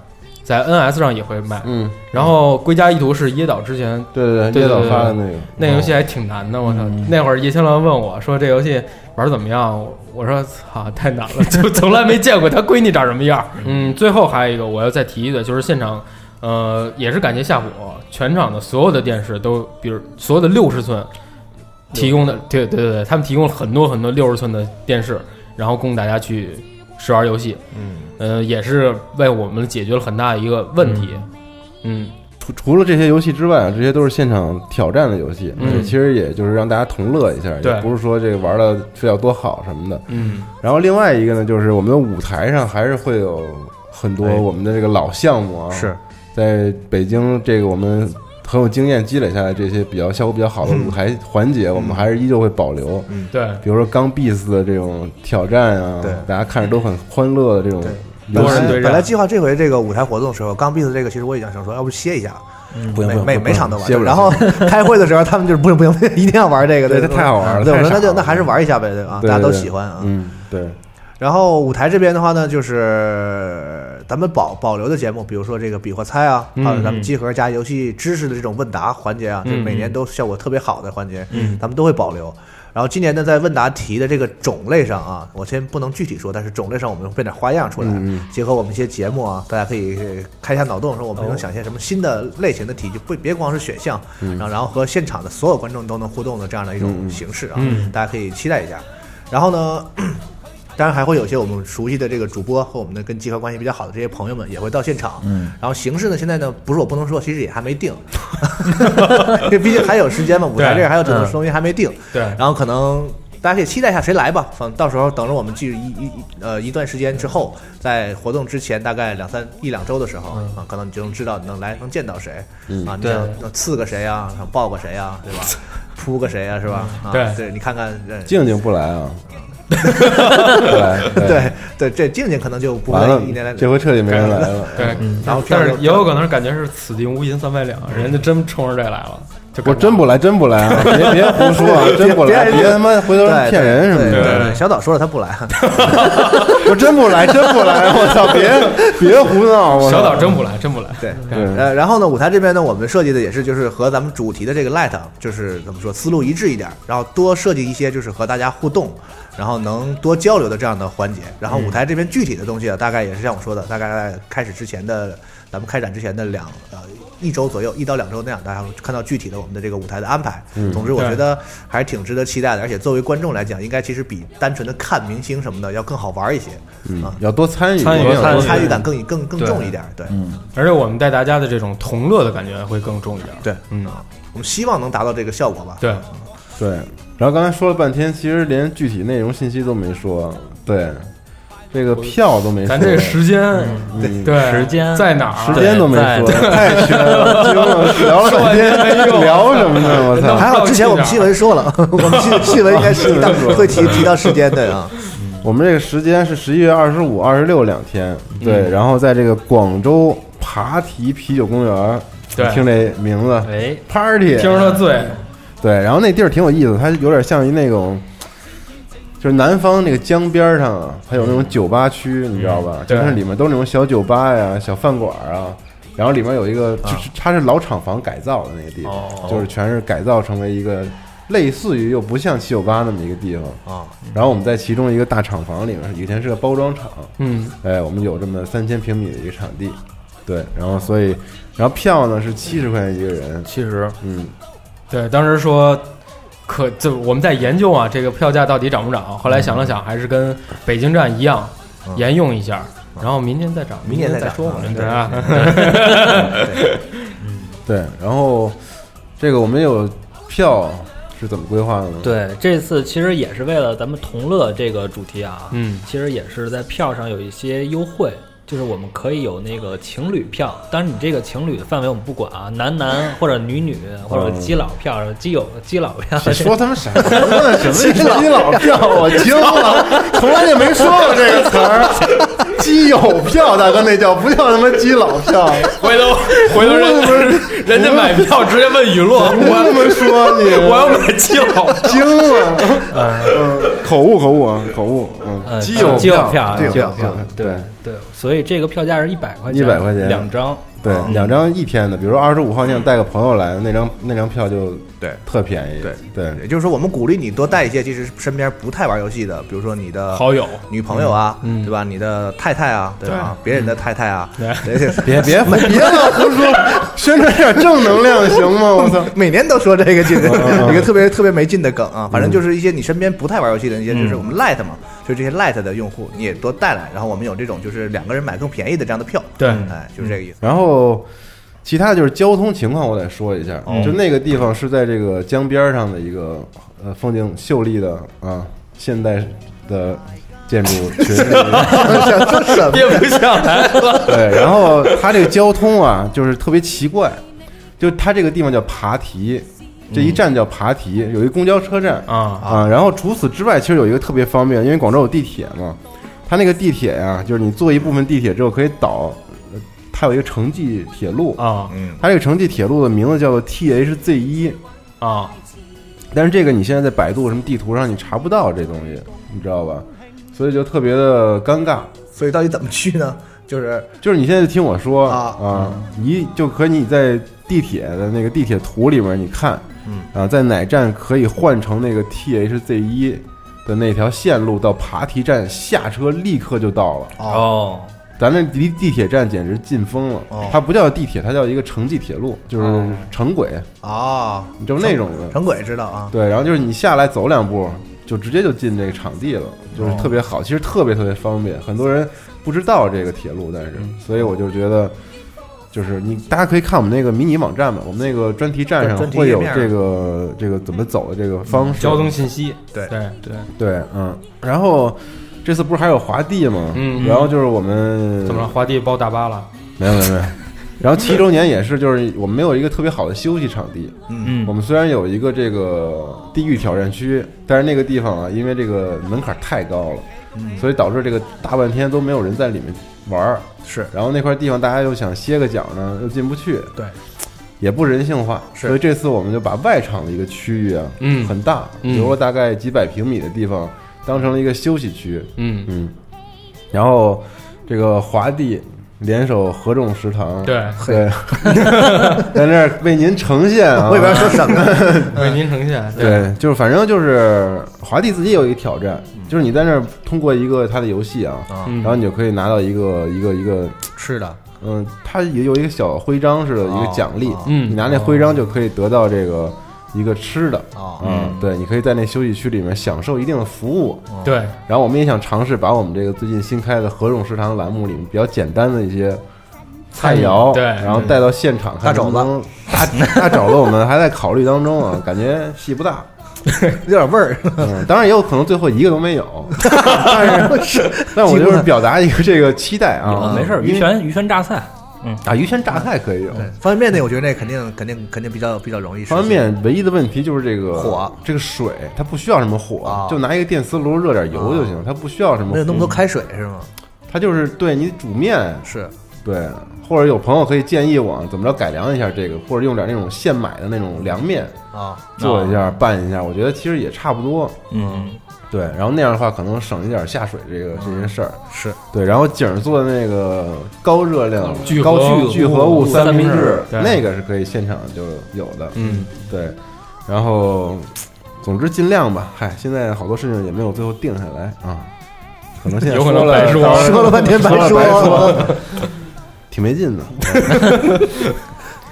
Speaker 8: 在 NS 上也会卖。
Speaker 7: 嗯，
Speaker 8: 然后《归家意图》是椰岛之前
Speaker 7: 对对
Speaker 8: 对
Speaker 7: 叶导
Speaker 8: 对对
Speaker 7: 发的那个
Speaker 8: 那游戏还挺难的，我操！那会儿叶青龙问我说：“这游戏玩怎么样？”我我说：“操，太难了， 就从来没见过他闺女长什么样。”嗯，最后还有一个我要再提一个，就是现场，呃，也是感谢夏普，全场的所有的电视都，比如所有的六十寸提供的，对对对对，他们提供了很多很多六十寸的电视，然后供大家去试玩游戏。嗯，呃，也是为我们解决了很大一个问题。嗯，
Speaker 7: 除除了这些游戏之外啊，这些都是现场挑战的游戏，
Speaker 8: 嗯
Speaker 7: 这其实也就是让大家同乐一下，
Speaker 8: 对
Speaker 7: 也不是说这个玩的非要多好什么的。
Speaker 8: 嗯，
Speaker 7: 然后另外一个呢，就是我们的舞台上还是会有很多
Speaker 1: 哎
Speaker 7: 我们的这个老项目啊，
Speaker 1: 是
Speaker 7: 在北京这个我们很有经验积累下来这些比较效果比较好的舞台环节，我们还是依旧会保留。
Speaker 8: 嗯对。
Speaker 7: 比如说刚 b e a s 的这种挑战啊，
Speaker 1: 对
Speaker 7: 大家看着都很欢乐的这种游
Speaker 8: 多
Speaker 7: 戏
Speaker 8: 人对
Speaker 1: 本来
Speaker 8: 战
Speaker 1: 本来计划这回这个舞台活动的时候，刚闭的这个，其实我已经想说，要不歇一下，
Speaker 3: 不用
Speaker 1: 每
Speaker 3: 不用
Speaker 1: 每
Speaker 3: 不
Speaker 1: 每
Speaker 3: 用
Speaker 1: 场都
Speaker 7: 歇
Speaker 1: 玩。
Speaker 7: 嗯不了
Speaker 1: 然后 开会的时候，他们就是不用 不用，一定要玩这个，
Speaker 7: 对
Speaker 1: 对，
Speaker 7: 这太好玩了
Speaker 1: 对，我
Speaker 7: 太
Speaker 1: 说
Speaker 7: 傻
Speaker 1: 那就
Speaker 7: 了
Speaker 1: 那还是玩一下呗，对啊，
Speaker 7: 对
Speaker 1: 大家都
Speaker 7: 对
Speaker 1: 喜欢啊。
Speaker 7: 嗯，对，
Speaker 1: 然后舞台这边的话呢，就是咱们保保留的节目，比如说这个比划猜啊，还有咱们集合加游戏知识的这种问答环节啊，就是每年都效果特别好的环节，咱们都会保留。然后今年呢，在问答题的这个种类上啊，我先不能具体说，但是种类上我们会变点花样出来，啊结合我们一些节目啊，大家可以呃开一下脑洞，说我们能想些什么新的类型的题，就不别光是选项，然后然后和现场的所有观众都能互动的这样的一种形式啊，大家可以期待一下。然后呢，当然还会有些我们熟悉的这个主播和我们的跟集合关系比较好的这些朋友们也会到现场。嗯，然后形式呢，现在呢不是我不能说，其实也还没 定，因为毕竟还有时间嘛，舞台这儿还有很多东西还没定。
Speaker 8: 对
Speaker 1: 然后可能大家可以期待一下谁来吧。反到时候等着我们继续一一一呃一段时间之后，在活动之前大概两三一两周的时候
Speaker 8: 嗯
Speaker 1: 啊，可能你就能知道你能来能见到谁啊，你想要刺个谁啊，想抱个谁啊，对吧？ 扑个谁啊，是吧？啊
Speaker 8: 对
Speaker 1: 对，你看呃看，对
Speaker 7: 静静不来 啊，不来，
Speaker 1: 对对，这静静可能就不会
Speaker 7: 完了
Speaker 1: 一年来，
Speaker 7: 这回彻底没人来了。
Speaker 8: 对，
Speaker 1: 然后票
Speaker 8: 但
Speaker 1: 就是
Speaker 8: 也有可能是感觉是此地无银三百两，人家真冲着这来了，就
Speaker 7: 我
Speaker 8: 感觉
Speaker 7: 真不来，真不来啊！别别胡 说啊，真不来，别他妈回头
Speaker 1: 对
Speaker 7: 骗人什么
Speaker 1: 对
Speaker 7: 的。
Speaker 1: 对对，小岛说了他不来，啊
Speaker 7: 我真不 来，真不来！我操，别别胡闹！啊我操
Speaker 8: 小岛真不来，真不来。
Speaker 1: 对，
Speaker 7: 对
Speaker 1: 呃，然后呢，舞台这边呢，我们设计的也是就是和咱们主题的这个 light 就是怎么说思路一致一点儿，然后多设计一些就是和大家互动，然后能多交流的这样的环节。然后舞台这边具体的东西啊，大概也是像我说的，大概在开始之前的咱们开展之前的两呃一周左右，一到两周那样，大家会看到具体的我们的这个舞台的安排。总之，我
Speaker 8: 对
Speaker 1: 觉得还是挺值得期待的，而且作为观众来讲，应该其实比单纯的看明星什么的要更好玩儿一些啊，
Speaker 7: 要多参与，
Speaker 8: 参与
Speaker 7: 多
Speaker 8: 嗯
Speaker 1: 参与感更更更重一点儿。对，嗯
Speaker 8: 而且我们带大家的这种同乐的感觉会更重一点。
Speaker 1: 对
Speaker 8: 嗯，
Speaker 1: 我们希望能达到这个效果吧。啊
Speaker 8: 对，
Speaker 7: 对，然后刚才说了半天，其实连具体内容信息都没说，对，这个票都没说，
Speaker 8: 咱这个时间，
Speaker 7: 嗯
Speaker 8: 对
Speaker 3: 时间
Speaker 8: 在哪儿？
Speaker 7: 时间都没说，太缺 了，惊了，聊了半天，聊什么呢？我操！
Speaker 1: 还好之前我们新闻说了，我们新 新闻应该是到会提提到时间的啊。
Speaker 7: 我们这个时间是十一月二十五、二十六两天，
Speaker 8: 嗯
Speaker 7: 对，然后在这个广州琶堤啤酒公园，
Speaker 8: 对
Speaker 7: 听这名字
Speaker 3: 哎，
Speaker 7: ，party，
Speaker 8: 听着醉，
Speaker 7: 对，然后那地儿挺有意思，它有点像一那种，就是南方那个江边儿上啊，它有那种酒吧区，你知道吧？就
Speaker 8: 嗯对
Speaker 7: 是里面都是那种小酒吧呀、小饭馆儿啊。然后里面有一
Speaker 8: 嗯
Speaker 7: 个，就是它是老厂房改造的那个地
Speaker 8: 哦
Speaker 7: 方，就是全是改造成为一个类似于又不像七九八那么一个地方
Speaker 1: 啊。
Speaker 7: 然后我们在其中一个大厂房里面，以前是个包装厂，
Speaker 8: 嗯，
Speaker 7: 哎，我们有这么三千平米的一个场地，对。然后所以，然后票呢是七十块钱一个人，
Speaker 8: 其实
Speaker 7: 嗯，
Speaker 8: 对，当时说。可就我们在研究啊，这个票价到底涨不涨？后来想了想，还是跟北京站一样，沿用一下，然后明年再涨，
Speaker 1: 明
Speaker 8: 年
Speaker 1: 年
Speaker 8: 再
Speaker 1: 再
Speaker 8: 说
Speaker 1: 涨
Speaker 8: 吧，
Speaker 1: 嗯
Speaker 8: 对啊，
Speaker 7: 对，然后这个我们有票是怎么规划的呢？，
Speaker 3: 对，这次其实也是为了咱们同乐这个主题啊，
Speaker 8: 嗯，
Speaker 3: 其实也是在票上有一些优惠，就是我们可以有那个情侣票，当然你这个情侣的范围我们不管啊，男男或者女女或者基佬票、基友基佬票，
Speaker 7: 谁说他们什么呢？什么基佬票？我惊了，从来就没说过这个词儿。基友票，大哥那叫不叫他妈基佬票？
Speaker 8: 回头回头人
Speaker 7: 不是
Speaker 8: 人家买票直接问雨落，
Speaker 7: 不这么说你，
Speaker 8: 我要买基佬，
Speaker 7: 惊了。嗯，口误口误啊，口误。嗯，
Speaker 3: 呃
Speaker 7: 基友
Speaker 3: 基友票
Speaker 7: 基友
Speaker 3: 基友
Speaker 7: 票
Speaker 3: 票，
Speaker 7: 对
Speaker 3: 对，所以这个票价是一百块
Speaker 7: 100块钱
Speaker 3: 两张，
Speaker 7: 对，两张一天的，比如说二十五号你想带个朋友来，那张那张票就
Speaker 1: 对
Speaker 7: 特便宜。
Speaker 1: 对
Speaker 7: 对
Speaker 1: 也就是说，我们鼓励你多带一些，其实身边不太玩游戏的，比如说你的
Speaker 8: 好友
Speaker 1: 女朋友啊，对吧？你的太太啊，对吧？别人的太太啊，对
Speaker 7: 别别胡别老胡说，宣传点正能量行吗？我操！
Speaker 1: 每年都说这个劲，一个特别特别没劲的梗啊。反正就是一些你身边不太玩游戏的那些，就是我们 light 嘛，就是这些 light 的用户，你也多带来。然后我们有这种就是两个人买更便宜的这样的票，
Speaker 8: 对
Speaker 1: 哎，就是这个意思。
Speaker 7: 然后其他就是交通情况，我得说一下，就那个地方是在这个江边上的一个呃风景秀丽的啊现代的建筑群。
Speaker 1: 想说什么？
Speaker 8: 憋不下 来 了。
Speaker 7: 对，然后它这个交通啊，就是特别奇怪，就它这个地方叫琶堤，这一站叫琶堤，有一公交车站
Speaker 8: 啊
Speaker 7: 啊。然后除此之外，其实有一个特别方便，因为广州有地铁嘛，它那个地铁呀、就是你坐一部分地铁之后可以倒，呃它有一个城际铁路，
Speaker 8: 啊
Speaker 7: 它这个城际铁路的名字叫做 THZ 一，
Speaker 8: 啊！
Speaker 7: E，但是这个你现在在百度什么地图上你查不到这东西，你知道吧？所以就特别的尴尬。
Speaker 1: 所以到底怎么去呢？就是
Speaker 7: 就是你现在就听我说
Speaker 1: 啊
Speaker 7: 你就可以你在地铁的那个地铁图里面，你看，嗯啊，在哪站可以换乘那个 THZ 一的那条线路到琶堤站下车，立刻就到了。
Speaker 3: 哦，
Speaker 7: 咱们离地铁站简直近疯了，它不叫地铁，它叫一个城际铁路，就是城轨，
Speaker 1: 啊，
Speaker 7: 你就是那种的。
Speaker 1: 城轨知道啊，
Speaker 7: 对，然后就是你下来走两步，就直接就进这个场地了，就是特别好，其实
Speaker 8: 嗯
Speaker 7: 特别特别方便。很多人不知道这个铁路，但是所以我就觉得就是你大家可以看我们那个迷你网站嘛，我们那个专题站上
Speaker 8: 专题
Speaker 7: 会有
Speaker 8: 页面嗯
Speaker 7: 这个这个怎么走的这个方式，
Speaker 8: 交通信息，对对对，
Speaker 7: 对，嗯，然后这次不是还有滑地吗？
Speaker 8: 嗯
Speaker 7: 然后就是我们
Speaker 8: 怎么了？花地包大巴了？
Speaker 7: 没有没有 没有。然后七周年也是，就是我们没有一个特别好的休息场地。
Speaker 8: 嗯
Speaker 7: 我们虽然有一个这个地狱挑战区，但是那个地方啊，因为这个门槛太高了，
Speaker 1: 嗯
Speaker 7: 所以导致这个大半天都没有人在里面玩儿。
Speaker 1: 是，
Speaker 7: 然后那块地方大家又想歇个脚呢，又进不去。
Speaker 1: 对，
Speaker 7: 也不人性化，所以这次我们就把外场的一个区域啊，
Speaker 8: 嗯
Speaker 7: 很大，
Speaker 8: 嗯
Speaker 7: 留了大概几百平米的地方，当成了一个休息区。
Speaker 8: 嗯
Speaker 7: 嗯，然后这个华帝联手合众食堂，
Speaker 8: 对
Speaker 7: 对， 在那儿为您呈现啊，
Speaker 8: 我以为说什么呢为您呈现嗯对
Speaker 7: 对，就是反正就是华帝自己有一个挑战，就是你在那儿通过一个他的游戏啊，
Speaker 1: 嗯
Speaker 7: 然后你就可以拿到一个一个一个
Speaker 1: 吃的。
Speaker 7: 嗯，它也有一个小徽章似的，一个奖励
Speaker 1: 哦哦，
Speaker 7: 嗯，你拿那徽章就可以得到这个一个吃的，
Speaker 8: 啊
Speaker 1: 哦
Speaker 7: 嗯，对，你可以在那休息区里面享受一定的服务，
Speaker 8: 对
Speaker 7: 然后我们也想尝试把我们这个最近新开的合众食堂栏目里面比较简单的一些菜肴，
Speaker 8: 对
Speaker 7: 然后带到现场
Speaker 1: 大
Speaker 7: 看
Speaker 1: 肘子
Speaker 7: 能不能，大大肘子我们还在考虑当中啊，感觉戏 不大。
Speaker 1: 有点味儿、
Speaker 7: 嗯，当然也有可能最后一个都没 有，但是，但我就是表达一个这个期待啊，
Speaker 3: 哦
Speaker 1: 没事儿
Speaker 7: 因为
Speaker 1: 鱼旋
Speaker 3: 鱼旋榨菜，
Speaker 1: 嗯
Speaker 7: 啊，鱼旋榨菜可以有。
Speaker 1: 方便面那，我觉得那肯定肯定肯定比较比较容易实现。
Speaker 7: 方便面唯一的问题就是这个
Speaker 1: 火，
Speaker 7: 这个水它不需要什么火，就拿一个电磁炉热点油就行，它不需要什么。
Speaker 1: 没啊有那么多开水是吗？
Speaker 7: 它就是对你煮面
Speaker 1: 是，
Speaker 7: 对，或者有朋友可以建议我怎么着改良一下这个，或者用点那种现买的那种凉面
Speaker 1: 啊
Speaker 7: 做一下拌一下，我觉得其实也差不多。
Speaker 1: 嗯，
Speaker 7: 对，然后那样的话可能省一点下水这个这些事儿。
Speaker 1: 是
Speaker 7: 对，然后景儿做的那个高热量
Speaker 8: 聚合
Speaker 7: 高聚
Speaker 8: 物
Speaker 7: 聚合物三明治，
Speaker 8: 对
Speaker 7: 那个是可以现场就有的。
Speaker 8: 嗯，
Speaker 7: 对，然后总之尽量吧。嗨，现在好多事情也没有最后定下来啊，可能现在
Speaker 8: 有可能
Speaker 7: 了
Speaker 8: 白说
Speaker 7: 当然
Speaker 8: 说了半天白
Speaker 7: 说了
Speaker 8: 说
Speaker 7: 说， 挺没劲的。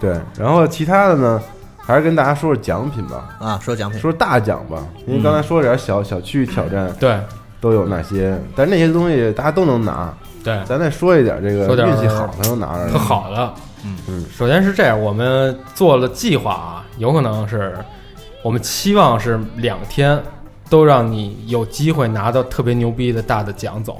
Speaker 7: 对，然后其他的呢，还是跟大家说说奖品吧。
Speaker 1: 啊，说奖品，
Speaker 7: 说大奖吧，因为刚才说了点
Speaker 8: 嗯
Speaker 7: 小小区域挑战，
Speaker 8: 对，
Speaker 7: 都有哪些？但是那些东西大家都能拿，
Speaker 8: 对
Speaker 7: 咱再说一点这个
Speaker 8: 说点儿
Speaker 7: 运气好才能拿着，
Speaker 8: 特好的。
Speaker 7: 嗯嗯，
Speaker 8: 首先是这样，我们做了计划啊，有可能是我们期望是两天都让你有机会拿到特别牛逼的大的奖走。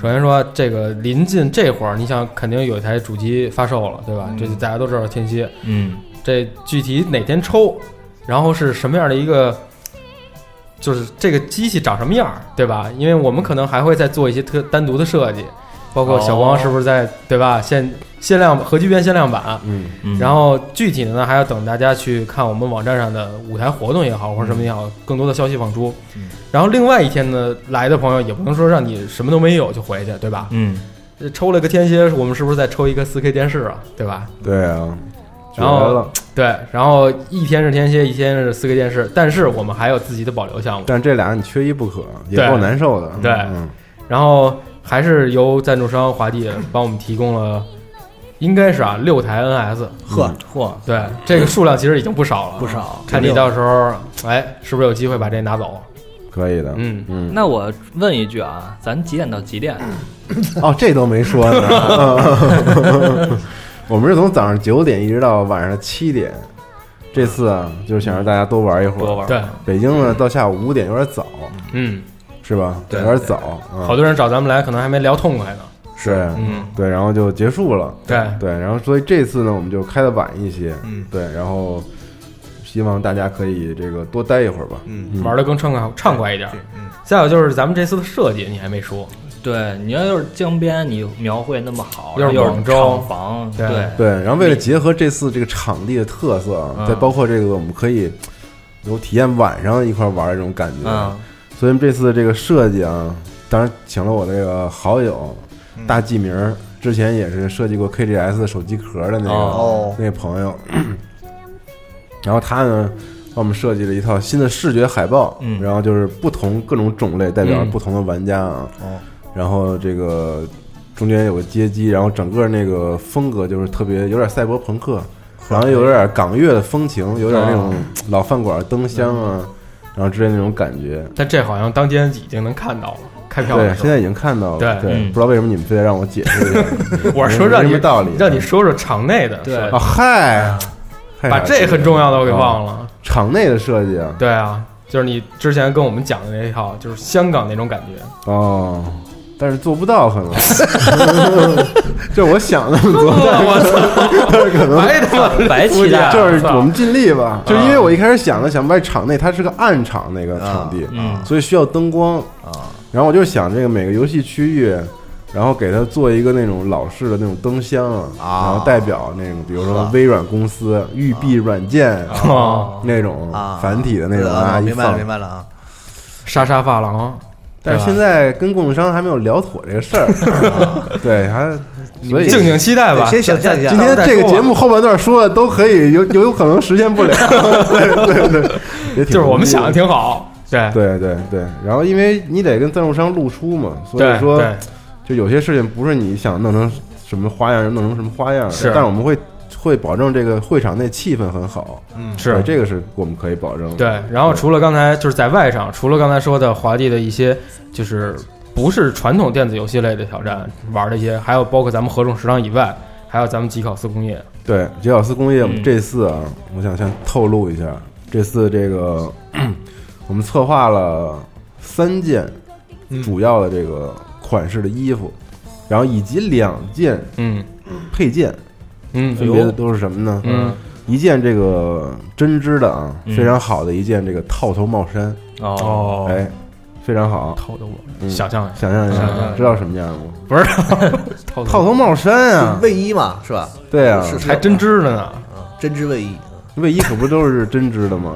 Speaker 8: 首先说这个临近这会儿，你想肯定有一台主机发售了，对吧？这大家都知道天蝎，
Speaker 3: 嗯，
Speaker 8: 这具体哪天抽，然后是什么样的一个，就是这个机器长什么样儿，对吧？因为我们可能还会再做一些特单独的设计，包括小光
Speaker 3: 哦
Speaker 8: 是不是在、对吧？限限量核聚变限量版，
Speaker 7: 嗯
Speaker 3: 嗯
Speaker 8: 然后具体的呢，还要等大家去看我们网站上的舞台活动也好，或者什么也
Speaker 3: 嗯
Speaker 8: 好，更多的消息放出。然后另外一天呢，来的朋友也不能说让你什么都没有就回去，对吧？
Speaker 3: 嗯，
Speaker 8: 抽了个天蝎，我们是不是再抽一个 4K 电视啊？对吧？
Speaker 7: 对啊，
Speaker 8: 然
Speaker 7: 绝
Speaker 8: 后
Speaker 7: 了
Speaker 8: 对，然后一天是天蝎，一天是 4K 电视，但是我们还有自己的保留项目。
Speaker 7: 但这俩你缺一不可，也
Speaker 8: 对
Speaker 7: 够难受的。
Speaker 8: 对，
Speaker 7: 嗯
Speaker 8: 然后还是由赞助商华帝帮我们提供了，应该是啊六台 NS，
Speaker 1: 呵
Speaker 3: 嚯，
Speaker 8: 对，这个数量其实已经不少了，
Speaker 3: 不少
Speaker 8: 看你到时候，哎，是不是有机会把这拿走？
Speaker 7: 可以的。
Speaker 8: 嗯
Speaker 7: 嗯，
Speaker 3: 那我问一句啊，咱几点到几点？
Speaker 7: 哦，这都没说呢。 我们是从早上九点一直到晚上七点。这次啊，就是想让大家多玩一会儿。
Speaker 8: 多玩对，
Speaker 7: 北京呢到下午五点有点早，
Speaker 8: 嗯，
Speaker 7: 是吧？有点早。嗯
Speaker 8: 好多人找咱们来，可能还没聊痛快呢。
Speaker 7: 是，
Speaker 8: 嗯，
Speaker 7: 对，然后就结束了。
Speaker 8: 对
Speaker 7: 对，然后所以这次呢，我们就开的晚一些。
Speaker 8: 嗯，
Speaker 7: 对，然后希望大家可以这个多待一会儿吧。嗯
Speaker 8: 玩的更畅快畅快一点。嗯，再有就是咱们这次的设计，你还没说。
Speaker 3: 对，你要又是江边，你描绘那么好，
Speaker 8: 又是
Speaker 3: 又
Speaker 8: 广
Speaker 3: 是
Speaker 8: 州
Speaker 3: 厂房，
Speaker 8: 对
Speaker 3: 对
Speaker 7: 对，然后为了结合这次这个场地的特色啊，
Speaker 3: 嗯
Speaker 7: 再包括这个我们可以有体验晚上一块儿玩儿的这种感觉。
Speaker 3: 嗯
Speaker 7: 所以这次的这个设计啊，当然请了我这个好友大纪明儿，之前也是设计过 KGS 手机壳的那个、
Speaker 1: 哦
Speaker 7: 那个朋友， 然后他呢。帮我们设计了一套新的视觉海报，
Speaker 1: 嗯
Speaker 7: 然后就是不同各种种类代表
Speaker 1: 嗯
Speaker 7: 不同的玩家啊，
Speaker 1: 哦，
Speaker 7: 然后这个中间有个街机，然后整个那个风格就是特别有点赛博朋克，然后有点港乐的风情，有点那种
Speaker 8: 哦
Speaker 7: 老啊
Speaker 1: 嗯
Speaker 7: 饭馆灯箱啊，然后之类那种感觉。
Speaker 8: 但这好像当天已经能看到了，开票
Speaker 7: 对
Speaker 8: 了，，
Speaker 7: 现在已经看到了，
Speaker 8: 对
Speaker 7: 对，
Speaker 8: 嗯，
Speaker 7: 不知道为什么你们非得让我解释一下
Speaker 8: 我是说让
Speaker 7: 没
Speaker 8: 你
Speaker 7: 什么道理，嗯
Speaker 8: 让你说说场内的，
Speaker 3: 对
Speaker 7: 啊，嗨，嗨
Speaker 8: 把这很重要的我给忘了。
Speaker 7: 啊场内的设计啊，
Speaker 8: 对啊，就是你之前跟我们讲的那一套，就是香港那种感觉。
Speaker 7: 哦，但是做不到 可能， 这我想那么多，但是可能
Speaker 8: 白他妈
Speaker 3: 白哎期待了啊
Speaker 7: 就是
Speaker 8: 操
Speaker 7: 我们尽力吧。就因为我一开始想了想，外场内它是个暗场那个场地，所以需要灯光
Speaker 1: 嗯啊。
Speaker 7: 然后我就想这个每个游戏区域。然后给它做一个那种老式的那种灯箱啊，
Speaker 1: 啊
Speaker 7: 然后代表那种，比如说
Speaker 1: 呵
Speaker 7: 微软公司、育碧软件
Speaker 8: 哦
Speaker 7: 那种
Speaker 1: 啊，
Speaker 7: 繁体的那种
Speaker 1: 啊，
Speaker 7: 啊，一
Speaker 1: 明白了
Speaker 7: 放
Speaker 1: 明白了啊，
Speaker 8: 沙沙发廊，
Speaker 7: 但是现在跟供应商还没有聊妥这个事儿， 对，还所以
Speaker 8: 敬请期待吧。
Speaker 1: 对先想象一下
Speaker 7: 今天这个节目后半段说的都可以有有有可能实现 不了，对对对，也挺
Speaker 8: 就是我们想的挺好，对
Speaker 7: 对对对，然后因为你得跟赞助商露出嘛，所以
Speaker 8: 对
Speaker 7: 说
Speaker 8: 对
Speaker 7: 就有些事情不是你想弄成什么花样就弄成什么花样，
Speaker 8: 是
Speaker 7: 但我们会会保证这个会场内气氛很好，嗯，
Speaker 8: 是
Speaker 7: 这个是我们可以保证的，
Speaker 8: 对。然后除了刚才就是在外场，除了刚才说的华帝的一些就是不是传统电子游戏类的挑战玩的一些，还有包括咱们合众食堂以外，还有咱们吉考斯工业，
Speaker 7: 对，杰考斯工业
Speaker 8: 嗯
Speaker 7: 这次啊，我想先透露一下，这次这个 我们策划了三件主要的这个款式的衣服，然后以及两件
Speaker 8: 嗯
Speaker 7: 配件，
Speaker 8: 嗯，
Speaker 7: 分别都是什么呢？
Speaker 8: 嗯，
Speaker 7: 一件这个针织的啊，
Speaker 10: 嗯
Speaker 7: 非常好的一件这个套头帽衫，
Speaker 10: 哦，
Speaker 8: 哦，
Speaker 7: 哎，非常好，
Speaker 8: 套的我
Speaker 7: 嗯
Speaker 8: 想象一下，
Speaker 7: 想象一
Speaker 8: 想象一
Speaker 7: 下
Speaker 8: 下，
Speaker 7: 知道什么样吗？
Speaker 8: 不是套
Speaker 7: 套头帽衫啊，
Speaker 1: 卫衣嘛是吧？
Speaker 7: 对啊，
Speaker 1: 是
Speaker 8: 还真织的呢，
Speaker 1: 针织卫衣，
Speaker 7: 卫衣可不都是针织的 吗？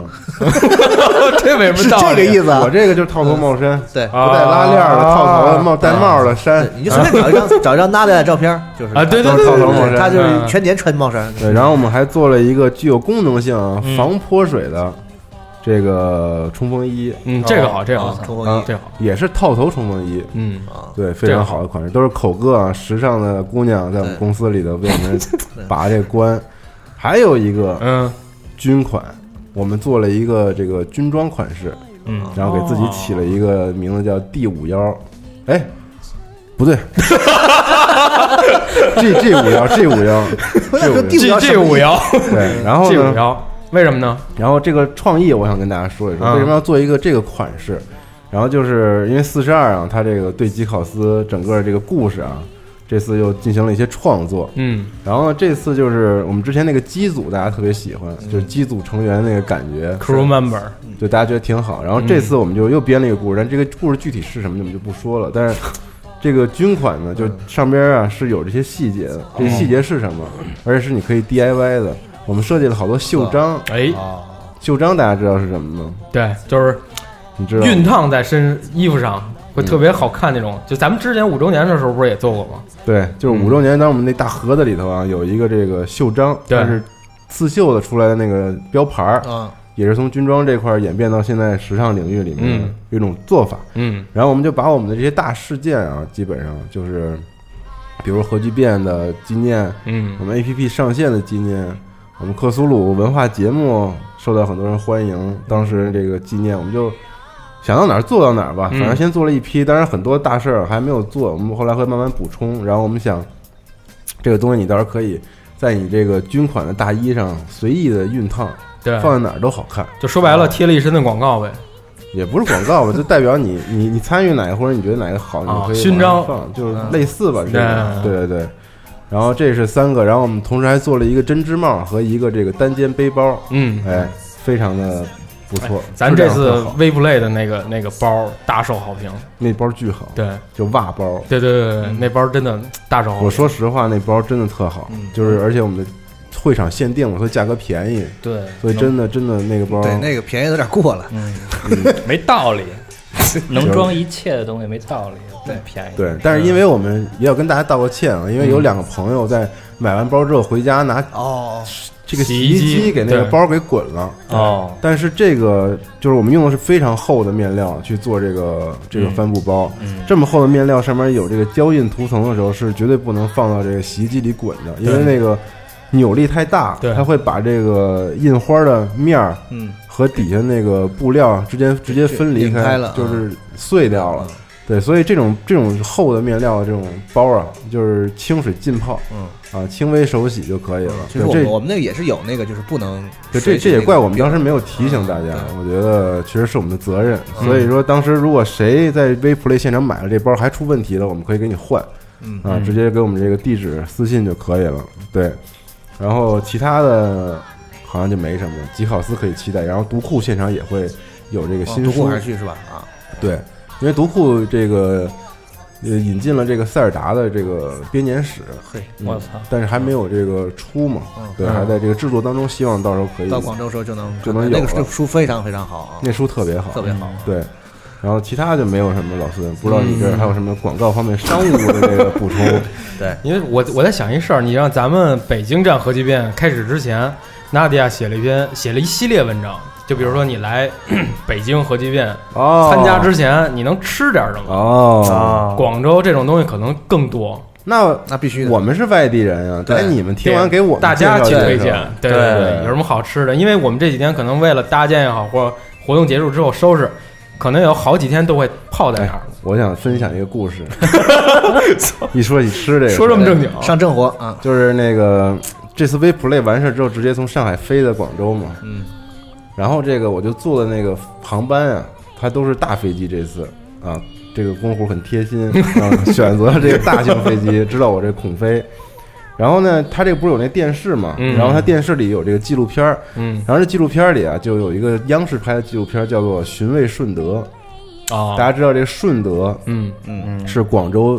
Speaker 8: 这没什
Speaker 1: 是
Speaker 8: 么道
Speaker 1: 这个
Speaker 8: 理。
Speaker 1: 意思
Speaker 7: 我
Speaker 1: 啊？
Speaker 7: 这个就是套头帽衫，
Speaker 1: 对
Speaker 8: 啊
Speaker 7: 不带拉链儿的
Speaker 8: 啊
Speaker 7: 套头的帽，戴帽儿的
Speaker 1: 对
Speaker 7: 衫。
Speaker 1: 你就随便找一张找一张 娜娜的照片，就是
Speaker 8: 啊对对
Speaker 7: 都
Speaker 8: 对
Speaker 7: 是套
Speaker 8: 对
Speaker 7: 头帽
Speaker 1: 对，他
Speaker 7: 衫。
Speaker 1: 就是全年穿帽衫，
Speaker 7: 对，然后我们还做了一个具有功能性、啊、防泼水的这个冲锋衣，
Speaker 8: 嗯，这个好，这个
Speaker 1: 啊
Speaker 8: 好，
Speaker 1: 冲锋衣
Speaker 7: 啊
Speaker 8: 这个好，
Speaker 7: 也是套头冲锋衣。
Speaker 8: 嗯，
Speaker 7: 对，非
Speaker 8: 这个
Speaker 7: 常好的款式，都是口哥啊，时尚的姑娘在我们
Speaker 1: 对
Speaker 7: 公司里头为我们把这关。还有一个
Speaker 8: 嗯，
Speaker 7: 军款，我们做了一个这个军装款式，
Speaker 10: 嗯，
Speaker 7: 然后给自己起了一个名字叫 D 五幺，哎，不对 ，G G 五幺 G 五幺 G
Speaker 1: 那
Speaker 7: 五
Speaker 1: 跟
Speaker 7: 幺，
Speaker 1: 地
Speaker 8: G
Speaker 1: 表
Speaker 8: G 五幺
Speaker 7: 对，然后
Speaker 8: ，G 五
Speaker 7: 呢，
Speaker 8: 幺，为什么呢？
Speaker 7: 然后这个创意我想跟大家说一说，
Speaker 8: 嗯
Speaker 7: 为什么要做一个这个款式？然后就是因为四十二啊，它这个对吉考斯整个这个故事啊，这次又进行了一些创作，
Speaker 8: 嗯，
Speaker 7: 然后这次就是我们之前那个机组，大家特别喜欢，就是机组成员那个感觉，
Speaker 8: crew member，
Speaker 7: 就大家觉得挺好。然后这次我们就又编了一个故事，但这个故事具体是什么我们就不说了。但是这个军款呢，就上边啊是有这些细节的，这细节是什么？而且是你可以 DIY 嗯的。我们设计了好多袖章，
Speaker 8: 哎，
Speaker 7: 袖章大家知道是什么吗？
Speaker 8: 对，就是
Speaker 7: 你知道吗？
Speaker 8: 熨烫在身衣服上会特别好看那种。就咱们之前五周年的时候不是也做过吗？
Speaker 7: 对，就是五周年，当时我们那大盒子里头啊有一个这个袖章，
Speaker 8: 嗯对
Speaker 7: 它是刺绣的出来的那个标牌儿，
Speaker 1: 嗯，
Speaker 7: 也是从军装这块儿演变到现在时尚领域里面的
Speaker 8: 嗯
Speaker 7: 一种做法。
Speaker 8: 嗯
Speaker 7: 然后我们就把我们的这些大事件啊，基本上就是，比如核聚变的纪念，
Speaker 8: 嗯
Speaker 7: 我们 A P P 上线的纪念，我们克苏鲁文化节目受到很多人欢迎，当时这个纪念我们就。想到哪儿做到哪儿吧，
Speaker 8: 嗯
Speaker 7: 反正先做了一批，当然很多大事儿还没有做，我们后来会慢慢补充。然后我们想，这个东西你到时候可以在你这个军款的大衣上随意的熨烫，
Speaker 8: 对，
Speaker 7: 放在哪儿都好看。
Speaker 8: 就说白了，贴了一身的广告呗。
Speaker 7: 也不是广告吧，就代表你 你你参与哪个或者你觉得哪个好，你
Speaker 8: 啊
Speaker 7: 可以
Speaker 8: 勋章
Speaker 7: 往上放，就是类似吧，这个
Speaker 8: 嗯
Speaker 7: 对对对。然后这是三个，然后我们同时还做了一个针织帽和一个这个单肩背包，
Speaker 8: 嗯，哎
Speaker 7: 哎，非常的不错。
Speaker 8: 咱这
Speaker 7: 质量
Speaker 8: 次
Speaker 7: 很好
Speaker 8: v play 的那个那个包大受好评。
Speaker 7: 那包巨好，
Speaker 8: 对，哦
Speaker 7: 就袜包。
Speaker 8: 对对对对，那包真的大受好评。
Speaker 7: 我说实话，那包真的特好，
Speaker 8: 嗯
Speaker 7: 就是而且我们的会场限定了，所以价格便宜，
Speaker 8: 嗯
Speaker 3: 对，
Speaker 7: 所以真的真的那个包，
Speaker 1: 对，那个便宜有点过了，
Speaker 7: 嗯
Speaker 10: 没道理，
Speaker 3: 能装一切的东西没道理，对，便宜。
Speaker 7: 对，但是因为我们也要跟大家道个歉啊，因为有
Speaker 8: 嗯
Speaker 7: 两个朋友在买完包之后回家拿
Speaker 1: 哦，
Speaker 7: 这个
Speaker 8: 洗
Speaker 7: 洗
Speaker 8: 衣
Speaker 7: 衣
Speaker 8: 机
Speaker 7: 机给那个
Speaker 8: 对
Speaker 7: 包给滚了。
Speaker 10: 哦，
Speaker 7: 但是这个就是我们用的是非常厚的面料去做这个这个帆布包，这么厚的面料上面有这个胶印涂层的时候，是绝对不能放到这个洗衣机里滚的，因为那个扭力太大
Speaker 8: 对，
Speaker 7: 它会把这个印花的面儿
Speaker 1: 嗯，
Speaker 7: 和底下那个布料之间直接分离
Speaker 1: 拧开了
Speaker 7: 就是碎掉了。对，所以这种这种厚的面料的这种包啊，就是清水浸泡，
Speaker 11: 嗯
Speaker 7: 啊，轻微手洗就可以
Speaker 1: 嗯
Speaker 7: 了。
Speaker 11: 其
Speaker 7: 对
Speaker 11: 实我
Speaker 7: 这
Speaker 11: 们我们那个也是有那个，就是不能
Speaker 7: 对，
Speaker 11: 水
Speaker 7: 这
Speaker 11: 洗
Speaker 7: 这
Speaker 11: 那
Speaker 7: 也
Speaker 11: 个
Speaker 7: 怪我们当时没有提醒大家，我觉得其实是我们的责任。
Speaker 11: 嗯
Speaker 7: 所以说，当时如果谁在微 play 现场买了这包还出问题了，我们可以给你换，
Speaker 11: 嗯
Speaker 7: 啊，直接给我们这个地址私信就可以了。对，然后其他的好像就没什么了，吉考斯可以期待，然后读库现场也会有这个新
Speaker 11: 哦
Speaker 7: 书，
Speaker 11: 独库还去是吧？啊，
Speaker 7: 对，因为独库这个呃引进了这个塞尔达的这个编年史，
Speaker 11: 嘿
Speaker 7: 嗯
Speaker 11: 我操
Speaker 7: 但是还没有这个出嘛，对，
Speaker 11: 嗯
Speaker 7: 还在这个制作当中，希望到时候可以
Speaker 11: 到广州时候就能
Speaker 7: 就能有
Speaker 11: 那个书
Speaker 7: 了
Speaker 11: 书非常非常好啊，
Speaker 7: 那书特别好，嗯
Speaker 11: 特别好。
Speaker 7: 对，然后其他就没有什么老孙，不知道你
Speaker 8: 嗯
Speaker 7: 这儿还有什么广告方面商务的这个补充？
Speaker 11: 对，
Speaker 8: 因为我我在想一事儿，你让咱们北京站核聚变开始之前，纳迪亚写了一篇写了一系列文章，就比如说你来 北京核聚变
Speaker 7: 哦
Speaker 8: 参加之啊前，你能吃点什么？
Speaker 11: 啊
Speaker 7: 哦
Speaker 8: 广州这种东西可能更多。
Speaker 7: 那
Speaker 11: 那必须
Speaker 7: 我们是外地人呀，
Speaker 8: 对
Speaker 7: 哎，你们听完给我们
Speaker 8: 大家
Speaker 7: 介
Speaker 8: 去
Speaker 7: 绍
Speaker 8: 推
Speaker 7: 介
Speaker 8: 荐
Speaker 7: 绍，
Speaker 8: 对
Speaker 7: 对
Speaker 8: 对，有什么好吃的？因为我们这几天可能为了搭建也好，或活动结束之后收拾，可能有好几天都会泡在那儿。
Speaker 7: 我想分享一个故 事，一说起吃这个，
Speaker 8: 说这么正经上
Speaker 11: 正活啊，
Speaker 7: 就是那个这次微 play 完事儿之后，直接从上海飞的广州嘛，
Speaker 11: 嗯，
Speaker 7: 然后这个我就坐的那个航班啊，它都是大飞机，这次啊，这个公虎很贴心啊， 选择了这个大型飞机，知道我这恐飞。然后呢，它这个不是有那电视嘛？
Speaker 8: 嗯
Speaker 7: 然后它电视里有这个纪录片儿，
Speaker 8: 嗯
Speaker 7: 然后这纪录片儿里啊，就有一个央视拍的纪录片儿叫做《寻味顺德》，
Speaker 8: 哦
Speaker 7: 大家知道这个顺德，
Speaker 8: 嗯
Speaker 7: 嗯，是广州，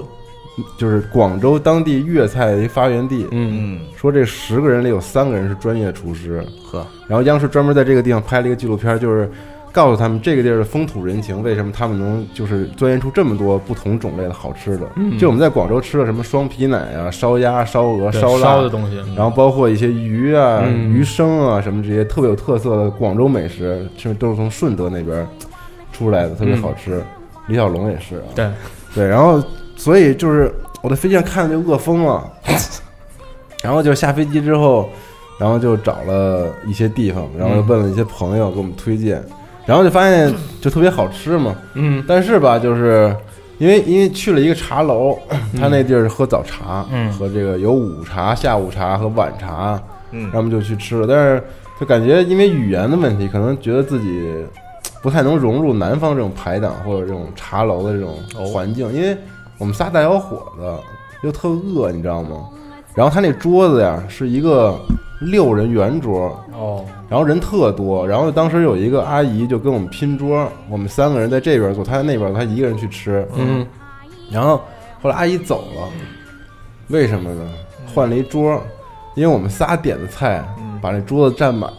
Speaker 7: 就是广州当地粤菜的一发源地，
Speaker 8: 嗯
Speaker 11: 嗯，
Speaker 7: 说这十个人里有三个人是专业厨师，
Speaker 11: 呵，
Speaker 7: 然后央视专门在这个地方拍了一个纪录片，就是告诉他们这个地儿的风土人情，为什么他们能就是钻研出这么多不同种类的好吃的。
Speaker 8: 嗯
Speaker 7: 就我们在广州吃的什么双皮奶啊、烧鸭、烧鹅、
Speaker 8: 对
Speaker 7: 烧腊
Speaker 8: 烧的东西嗯
Speaker 7: 然后包括一些鱼啊、
Speaker 8: 嗯
Speaker 7: 鱼生啊什么这些特别有特色的广州美食，其实都是从顺德那边出来的，特别好吃。李小龙也是啊，
Speaker 8: 嗯对
Speaker 7: 对，然后所以就是我在飞机上看着就饿疯了， 然后就下飞机之后，然后就找了一些地方，然后又
Speaker 8: 嗯
Speaker 7: 问了一些朋友给我们推荐，然后就发现就特别好吃嘛，
Speaker 8: 嗯，
Speaker 7: 但是吧，就是因为因为去了一个茶楼，他那地儿是喝早茶，
Speaker 8: 嗯
Speaker 7: 和这个有午茶、下午茶和晚茶，
Speaker 11: 嗯
Speaker 7: 然后我们就去吃了，但是就感觉因为语言的问题，可能觉得自己不太能融入南方这种排档或者这种茶楼的这种
Speaker 8: 哦
Speaker 7: 环境，因为我们仨大小伙子又特饿，你知道吗？然后他那桌子呀是一个六人圆桌，
Speaker 8: 哦，
Speaker 7: 然后人特多，然后当时有一个阿姨就跟我们拼桌，我们三个人在这边坐，她在那边，她一个人去吃，
Speaker 8: 嗯，
Speaker 7: 然后后来阿姨走了，为什么呢？换了一桌，因为我们仨点的菜，
Speaker 1: 嗯
Speaker 7: 把那桌子占满了，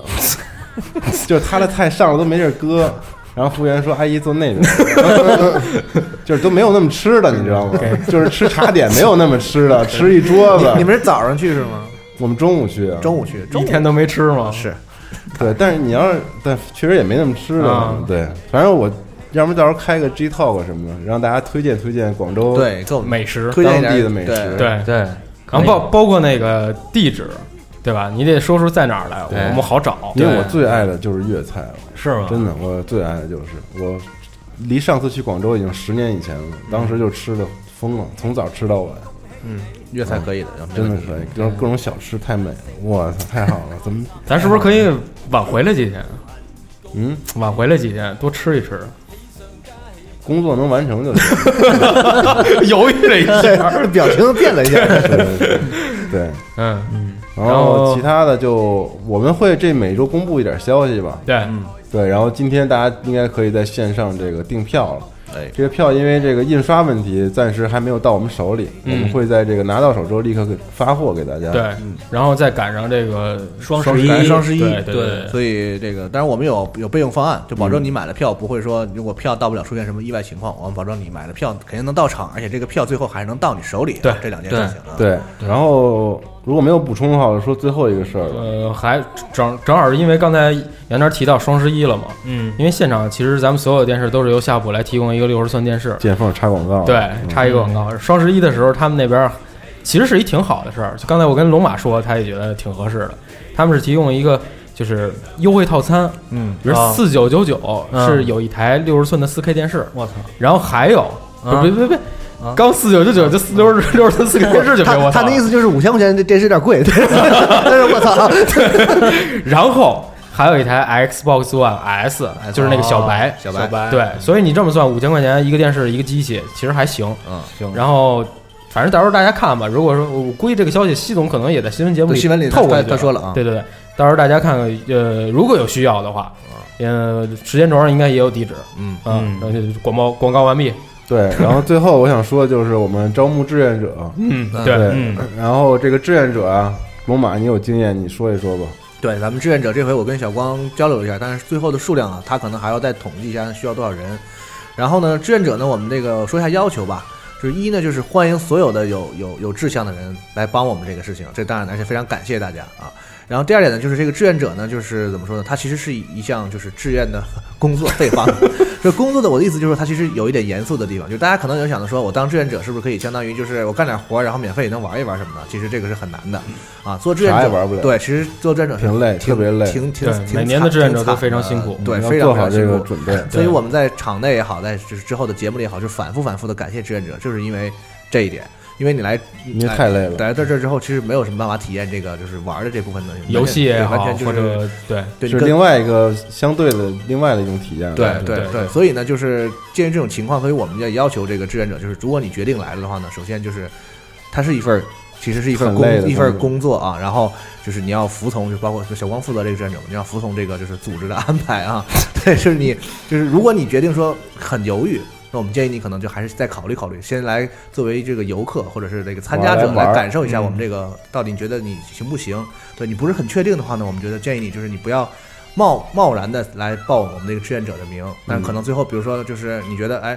Speaker 7: 就是她的菜上了都没地儿搁，然后服务员说阿姨坐那边， 就是都没有那么吃的，你知道吗？就是吃茶点没有那么吃的，吃一桌子
Speaker 1: 你。你们是早上去是吗？
Speaker 7: 我们中午去啊，
Speaker 1: 中午去，中午
Speaker 8: 一天都没吃吗？
Speaker 1: 是，
Speaker 7: 对，但是你要是，但确实也没那么吃的，
Speaker 8: 啊
Speaker 7: 对，反正我，要么到时候开个 G Talk 什么的，让大家推荐推荐广州
Speaker 11: 对，够
Speaker 8: 美食
Speaker 7: 推荐一点当地的美食
Speaker 8: 对对，然后包包括那个地址，对吧？你得说出在哪儿来，我
Speaker 7: 对
Speaker 8: 们好找。
Speaker 7: 因为我最爱的就是粤菜了，
Speaker 8: 是吗
Speaker 7: 真的，我最爱的就是我，离上次去广州已经十年以前了，当时就吃的疯了，从早吃到晚，
Speaker 1: 嗯，粤菜可以的，然后没
Speaker 7: 真的
Speaker 1: 问题
Speaker 7: 可以，各种各种小吃太美了，哇塞，太好了，怎么
Speaker 8: 咱是不是可以晚回来几天？
Speaker 7: 嗯，
Speaker 8: 晚回来几天，多吃一吃。
Speaker 7: 工作能完成就行？
Speaker 8: 犹豫了 一下，
Speaker 1: 表情变了一下
Speaker 7: 对对对对，
Speaker 8: 嗯嗯，
Speaker 7: 然
Speaker 8: 然
Speaker 7: 后
Speaker 8: 后
Speaker 7: 其他的就我们会这每周公布一点消息吧。
Speaker 8: 对，
Speaker 7: 对，然后今天大家应该可以在线上这个订票了。
Speaker 1: 哎，
Speaker 7: 这个票因为这个印刷问题，暂时还没有到我们手里，
Speaker 8: 嗯
Speaker 7: 我们会在这个拿到手之后立刻给发货给大家。
Speaker 8: 对，然后再赶上这个
Speaker 1: 十
Speaker 8: 一，
Speaker 1: 双十一，
Speaker 8: 对对，嗯
Speaker 1: 所以这个，当然我们有有备用方案，就保证你买了票不会说，如果票到不了出现什么意外情况，我们保证你买了票肯定能到场，而且这个票最后还是能到你手里。
Speaker 8: 对
Speaker 1: 这两件事情啊，
Speaker 7: 对，然后如果没有补充的话，我说最后一个事儿吧。
Speaker 8: 呃，还正正好是因为刚才杨天提到双十一了嘛，嗯，因为现场其实咱们所有的电视都是由夏普来提供一个六十寸电视，
Speaker 7: 见缝插广
Speaker 1: 哦
Speaker 7: 告，嗯
Speaker 8: 对，
Speaker 1: 嗯
Speaker 8: 插一个广告。双十一的时候，他们那边儿其实是一挺好的事儿。就刚才我跟龙马说，他也觉得挺合适的。他们是提供一个就是优惠套餐，
Speaker 11: 嗯
Speaker 8: 比如
Speaker 11: 啊
Speaker 3: 哦
Speaker 8: 四九九九
Speaker 11: 嗯
Speaker 8: 是有一台六十寸的四 K 电视，
Speaker 3: 我操，
Speaker 8: 然后还有
Speaker 1: 嗯
Speaker 8: 不别别别，刚四九九九就四六十六十四个电视就给我
Speaker 1: 他 他
Speaker 8: 操
Speaker 1: 那意思就是五千块钱这电视有点贵， 但是我操，
Speaker 8: 然后还有一台 Xbox One
Speaker 1: 哦
Speaker 8: S，就是那个小白，
Speaker 3: 哦
Speaker 11: 小白
Speaker 1: 哎
Speaker 8: 对，所以你这么算，五千块钱一个电视一个机器，其实还行。
Speaker 11: 嗯，
Speaker 8: 行。然后反正到时候大家看吧。如果说我估计这个消息，西总可能也在新闻节目里
Speaker 1: 对新闻里
Speaker 8: 透过
Speaker 1: 他
Speaker 8: 去
Speaker 1: 他说了啊
Speaker 8: 对对对，到时候大家看看，呃，如果有需要的话，呃，时间轴上应该也有地址。
Speaker 7: 嗯
Speaker 8: 嗯，然后就广告广告完毕。
Speaker 7: 对，然后最后我想说的就是我们招募志愿者，
Speaker 8: 嗯
Speaker 7: 对
Speaker 8: 对嗯，
Speaker 7: 然后这个志愿者啊，龙马你有经验，你说一说吧。
Speaker 1: 对，咱们志愿者这回我跟小光交流一下，但是最后的数量啊，他可能还要再统计一下需要多少人。然后呢，志愿者呢，我们这个说一下要求吧，就是一呢，就是欢迎所有的有有有志向的人来帮我们这个事情，这当然而且非常感谢大家啊。然后第二点呢，就是这个志愿者呢，就是怎么说呢？他其实是一项就是志愿的工作，废话。这工作的我的意思就是，它其实有一点严肃的地方，就大家可能有想着说，我当志愿者是不是可以相当于就是我干点活儿，然后免费也能玩一玩什么的？其实这个是很难的啊。做志愿者
Speaker 7: 啥也玩不了
Speaker 1: 对，其实做志愿者是
Speaker 7: 挺累
Speaker 1: 挺
Speaker 7: 特别累嗯
Speaker 1: 挺挺
Speaker 8: 对
Speaker 1: 挺
Speaker 8: 每年
Speaker 1: 惨
Speaker 8: 的志愿者
Speaker 1: 挺惨
Speaker 8: 都非常
Speaker 1: 的
Speaker 8: 辛苦
Speaker 1: 对，
Speaker 7: 要
Speaker 1: 非常
Speaker 7: 做
Speaker 1: 非
Speaker 7: 好
Speaker 1: 常
Speaker 7: 这
Speaker 1: 辛
Speaker 7: 个
Speaker 1: 苦
Speaker 7: 准备
Speaker 1: 所以
Speaker 7: 对
Speaker 1: 我们在场内也好，在就是之后的节目里也好，就反复反复的感谢志愿者，就是因为这一点。因为你来，
Speaker 7: 因为太累了
Speaker 1: 来到这儿之后，其实没有什么办法体验这个就是玩的这部分的
Speaker 8: 游戏也好
Speaker 1: 完全就
Speaker 8: 或者
Speaker 1: 是
Speaker 8: 对
Speaker 1: 对，
Speaker 7: 是
Speaker 1: 你跟
Speaker 7: 另外一个相对的另外的一种体验。
Speaker 1: 对对对，所以呢，就是鉴于这种情况，所以我们要要求这个志愿者，就是如果你决定来了的话呢，首先就是它是一份儿，其实是一份
Speaker 7: 很
Speaker 1: 工
Speaker 7: 累的
Speaker 1: 一份
Speaker 7: 工作
Speaker 1: 工作啊，然后就是你要服从，就包括就小光负责这个志愿者嘛，你要服从这个就是组织的安排啊。 对，就是你就是如果你决定说很犹豫。那我们建议你可能就还是再考虑考虑，先来作为这个游客或者是这个参加者
Speaker 7: 玩
Speaker 1: 来
Speaker 7: 儿嗯
Speaker 1: 感受一下我们这个到底你觉得你行不行？对你不是很确定的话呢，我们觉得建议你就是你不要贸贸然的来报我们这个志愿者的名，但
Speaker 7: 嗯
Speaker 1: 可能最后比如说就是你觉得哎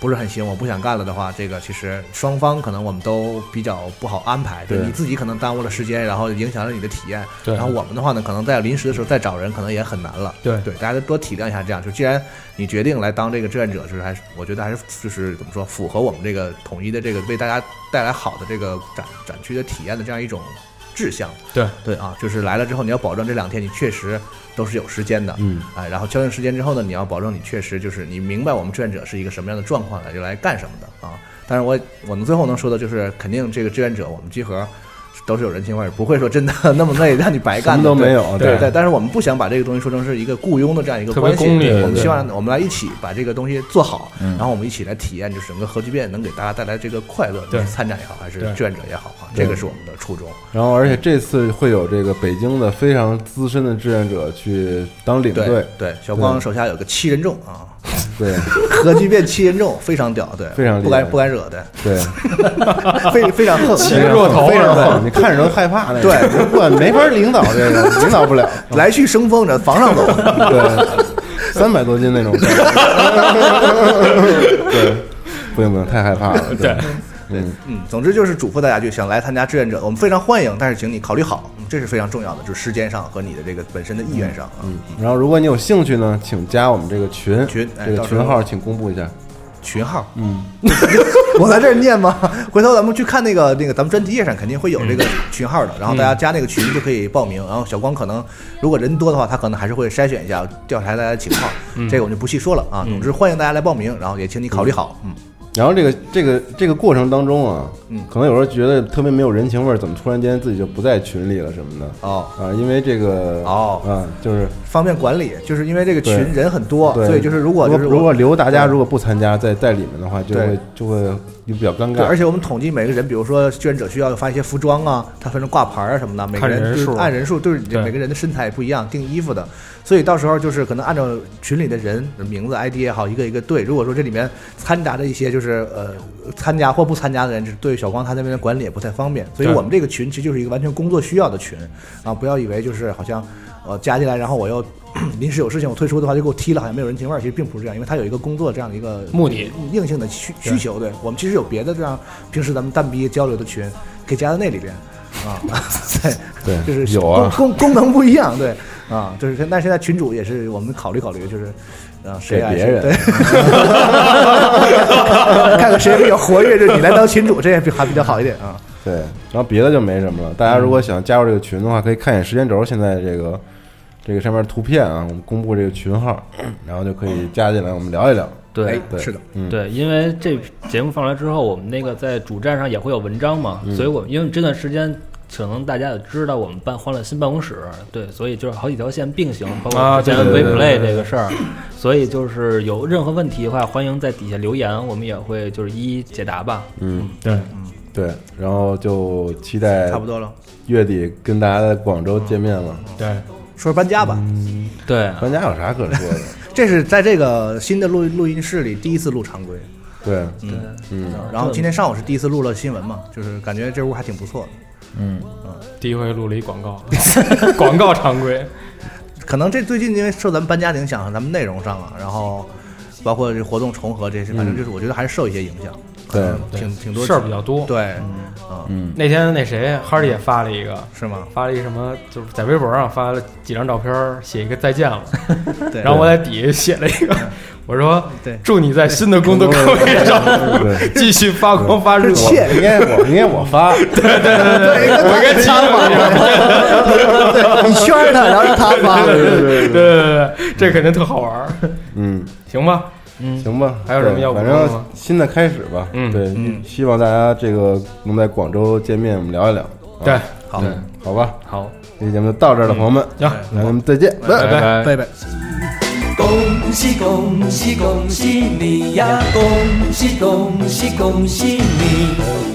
Speaker 1: 不是很行，我不想干了的话，这个其实双方可能我们都比较不好安排，
Speaker 7: 对
Speaker 1: 你自己可能耽误了时间，然后影响了你的体验，
Speaker 8: 对
Speaker 1: 然后我们的话呢，可能在临时的时候再找人可能也很难了，
Speaker 8: 对
Speaker 1: 对，大家多体谅一下，这样就既然你决定来当这个志愿者，就是还是我觉得还是就是怎么说，符合我们这个统一的这个为大家带来好的这个展展区的体验的这样一种志向，
Speaker 8: 对
Speaker 1: 对啊，就是来了之后，你要保证这两天你确实都是有时间的，
Speaker 7: 嗯，
Speaker 1: 哎，然后敲定时间之后呢，你要保证你确实就是你明白我们志愿者是一个什么样的状况来来干什么的啊。但是我我们最后能说的就是，肯定这个志愿者我们集合都是有人情味儿，不会说真的 那么累让你白干的，
Speaker 7: 什么都
Speaker 1: 对
Speaker 7: 没有
Speaker 1: 对
Speaker 7: 对
Speaker 1: 但是我们不想把这个东西说成是一个雇佣的这样一个
Speaker 8: 特别
Speaker 1: 关系，
Speaker 8: 功利
Speaker 1: 我们
Speaker 8: 对
Speaker 1: 希望我们来一起把这个东西做好，
Speaker 8: 嗯
Speaker 1: 然后我们一起来体验，就是整个核聚变能给大家带来这个快乐，
Speaker 8: 对
Speaker 1: 你参展也好，还是
Speaker 8: 对
Speaker 1: 志愿者也好啊，
Speaker 7: 对
Speaker 1: 这个是我们的初衷。
Speaker 7: 然后，而且这次会有这个北京的非常资深的志愿者去当领
Speaker 1: 对
Speaker 7: 队。
Speaker 1: 对，小光手下有个七人众啊，
Speaker 7: 对，
Speaker 1: 核聚变七人众非常屌，对，
Speaker 7: 非常厉害
Speaker 1: 不敢不敢惹的，
Speaker 7: 对，
Speaker 1: 非非常横，
Speaker 7: 非常横非常
Speaker 1: 横，
Speaker 7: 狠，你看着都害怕那个。
Speaker 1: 对，
Speaker 7: 不管没法领导这 个，领导不了。
Speaker 1: 来去生风着，防上走。
Speaker 7: 对，三百多斤那种。对，不行不行，太害怕了。对，嗯，
Speaker 1: 嗯，总之就是嘱咐大家，就想来参加志愿者，我们非常欢迎，但是请你考虑好，嗯这是非常重要的，就是时间上和你的这个本身的意愿上啊。
Speaker 8: 嗯
Speaker 7: 然后如果你有兴趣呢，请加我们这个群，
Speaker 1: 群哎
Speaker 7: 这个
Speaker 1: 到时候
Speaker 7: 群号请公布一下。
Speaker 1: 群号，
Speaker 7: 嗯，
Speaker 1: 我在这儿念吗？ 回头咱们去看那个那个咱们专题页上肯定会有这个群号的，然后大家加那个群就可以报名。然后小光可能如果人多的话，他可能还是会筛选一下，调查大家的情况，这个我就不细说了啊。总之欢迎大家来报名，然后也请你考虑好，嗯。
Speaker 7: 然后这个这个这个过程当中啊，可能有时候觉得特别没有人情味儿，怎么突然间自己就不在群里了什么的
Speaker 1: 哦
Speaker 7: 啊，因为这个哦啊，就是
Speaker 1: 方便管理，就是因为这个群
Speaker 7: 对
Speaker 1: 人很多，
Speaker 7: 对
Speaker 1: 哦所以就是如果就是
Speaker 7: 如果留大家
Speaker 1: 嗯
Speaker 7: 如果不参加在在里面的话，就
Speaker 1: 对
Speaker 7: 会就会就比较尴
Speaker 1: 对，
Speaker 7: 尬，
Speaker 1: 而且我们统计每个人，比如说志愿者需要发一些服装啊，他分成挂牌啊什么的，每个
Speaker 8: 看
Speaker 1: 人
Speaker 8: 人
Speaker 1: 就是
Speaker 8: 数
Speaker 1: 按人数，对每个人的身材也不一样，订衣服的，所以到时候就是可能按照群里的人名字、ID 也好，一个一个对。如果说这里面掺杂着一些就是呃参加或不参加的人，就是对小光他那边的管理也不太方便，所以
Speaker 8: 对
Speaker 1: 我们这个群其实就是一个完全工作需要的群啊，不要以为就是好像呃加进来，然后我又。 临时有事情我退出的话就给我踢了，好像没有人情味儿。其实并不是这样，因为他有一个工作这样的一个
Speaker 8: 目的
Speaker 1: 硬性的需需求。对我们其实有别的这样平时咱们蛋逼交流的群，可以加到那里边啊。
Speaker 7: 对
Speaker 1: 就是
Speaker 7: 有啊
Speaker 1: 功功功能不一样，对啊，就是现但现在群主也是我们考虑考虑，就是啊谁爱
Speaker 7: 给别
Speaker 1: 谁
Speaker 7: 人
Speaker 1: 对， 看看谁比较活跃，就你来当群主，这也比还比较好一点啊。
Speaker 7: 对，然后别的就没什么了。大家如果
Speaker 1: 嗯
Speaker 7: 想加入这个群的话，可以看一眼时间轴，现在这个
Speaker 1: 哦
Speaker 7: 这个上面图片啊，我们公布这个群号，然后就可以加进来，我们聊一聊。
Speaker 1: 哎
Speaker 3: 对，
Speaker 7: 是的嗯
Speaker 3: 对，因为这节目放出来之后，我们那个在主站上也会有文章嘛，
Speaker 7: 嗯
Speaker 3: 所以我们因为这段时间。可能大家也知道，我们办换了新办公室，对，所以就是好几条线并行，包
Speaker 8: 啊
Speaker 3: 括之
Speaker 8: 对
Speaker 3: 前
Speaker 8: 对
Speaker 3: w
Speaker 8: 对
Speaker 3: Play
Speaker 8: 对对
Speaker 3: 这个事儿，所以就是有任何问题的话，欢迎在底下留言，我们也会就是一一解答吧。
Speaker 7: 嗯，
Speaker 8: 对，
Speaker 7: 对，然后就期待
Speaker 3: 差不多了，
Speaker 7: 月底跟大家在广州见面了。
Speaker 1: 嗯
Speaker 8: 对，
Speaker 1: 说说搬家吧，
Speaker 3: 对，
Speaker 7: 搬家有啥可说 的？
Speaker 1: 这是在这个新的录录音室里第一次录常规，
Speaker 7: 对，
Speaker 1: 嗯
Speaker 7: 嗯，
Speaker 1: 然后今天上午是第一次录了新闻嘛，就是感觉这屋还挺不错的。
Speaker 10: 嗯
Speaker 8: 第一回录了一广告， 广告常规，
Speaker 1: 可能这最近因为受咱们搬家的影响，咱们内容上啊，然后包括这活动重合这些，反正就是我觉得还是受一些影响。
Speaker 7: 嗯对
Speaker 1: 嗯
Speaker 8: 对
Speaker 1: 挺挺多
Speaker 8: 事儿比较多
Speaker 1: 对，
Speaker 7: 嗯，
Speaker 8: 那天那谁哈利也发了一个，
Speaker 1: 是吗？。
Speaker 8: 发了一什么，就是在微博上发了几张照片儿，写一个再见了
Speaker 1: 对
Speaker 8: 然后我在底下写了一个，我说
Speaker 1: 对
Speaker 8: 祝你在新的工作岗位上 继续发光发热。
Speaker 7: 我应该我应该我发，对
Speaker 8: 对对对，
Speaker 7: 对
Speaker 8: 我跟他
Speaker 7: 发，
Speaker 1: 你圈他，然后让他发
Speaker 8: 对对对对对，这肯定特好玩儿，
Speaker 7: 嗯，
Speaker 8: 行吧？嗯，
Speaker 7: 行吧，
Speaker 8: 还有什么要补
Speaker 7: 反
Speaker 8: 充的
Speaker 7: 正
Speaker 8: 吗？
Speaker 7: 新的开始吧，
Speaker 8: 嗯
Speaker 7: 对
Speaker 8: 嗯，
Speaker 7: 希望大家这个能在广州见面，我们聊一聊。啊
Speaker 8: 对
Speaker 1: 好
Speaker 7: 嗯好吧，
Speaker 8: 好，嗯
Speaker 7: 这期节目就到这儿了，朋友们，
Speaker 8: 行，
Speaker 7: 那咱们再见，
Speaker 8: 拜拜拜
Speaker 1: 拜拜。
Speaker 12: 恭喜恭喜恭喜你呀！恭喜恭喜恭喜你！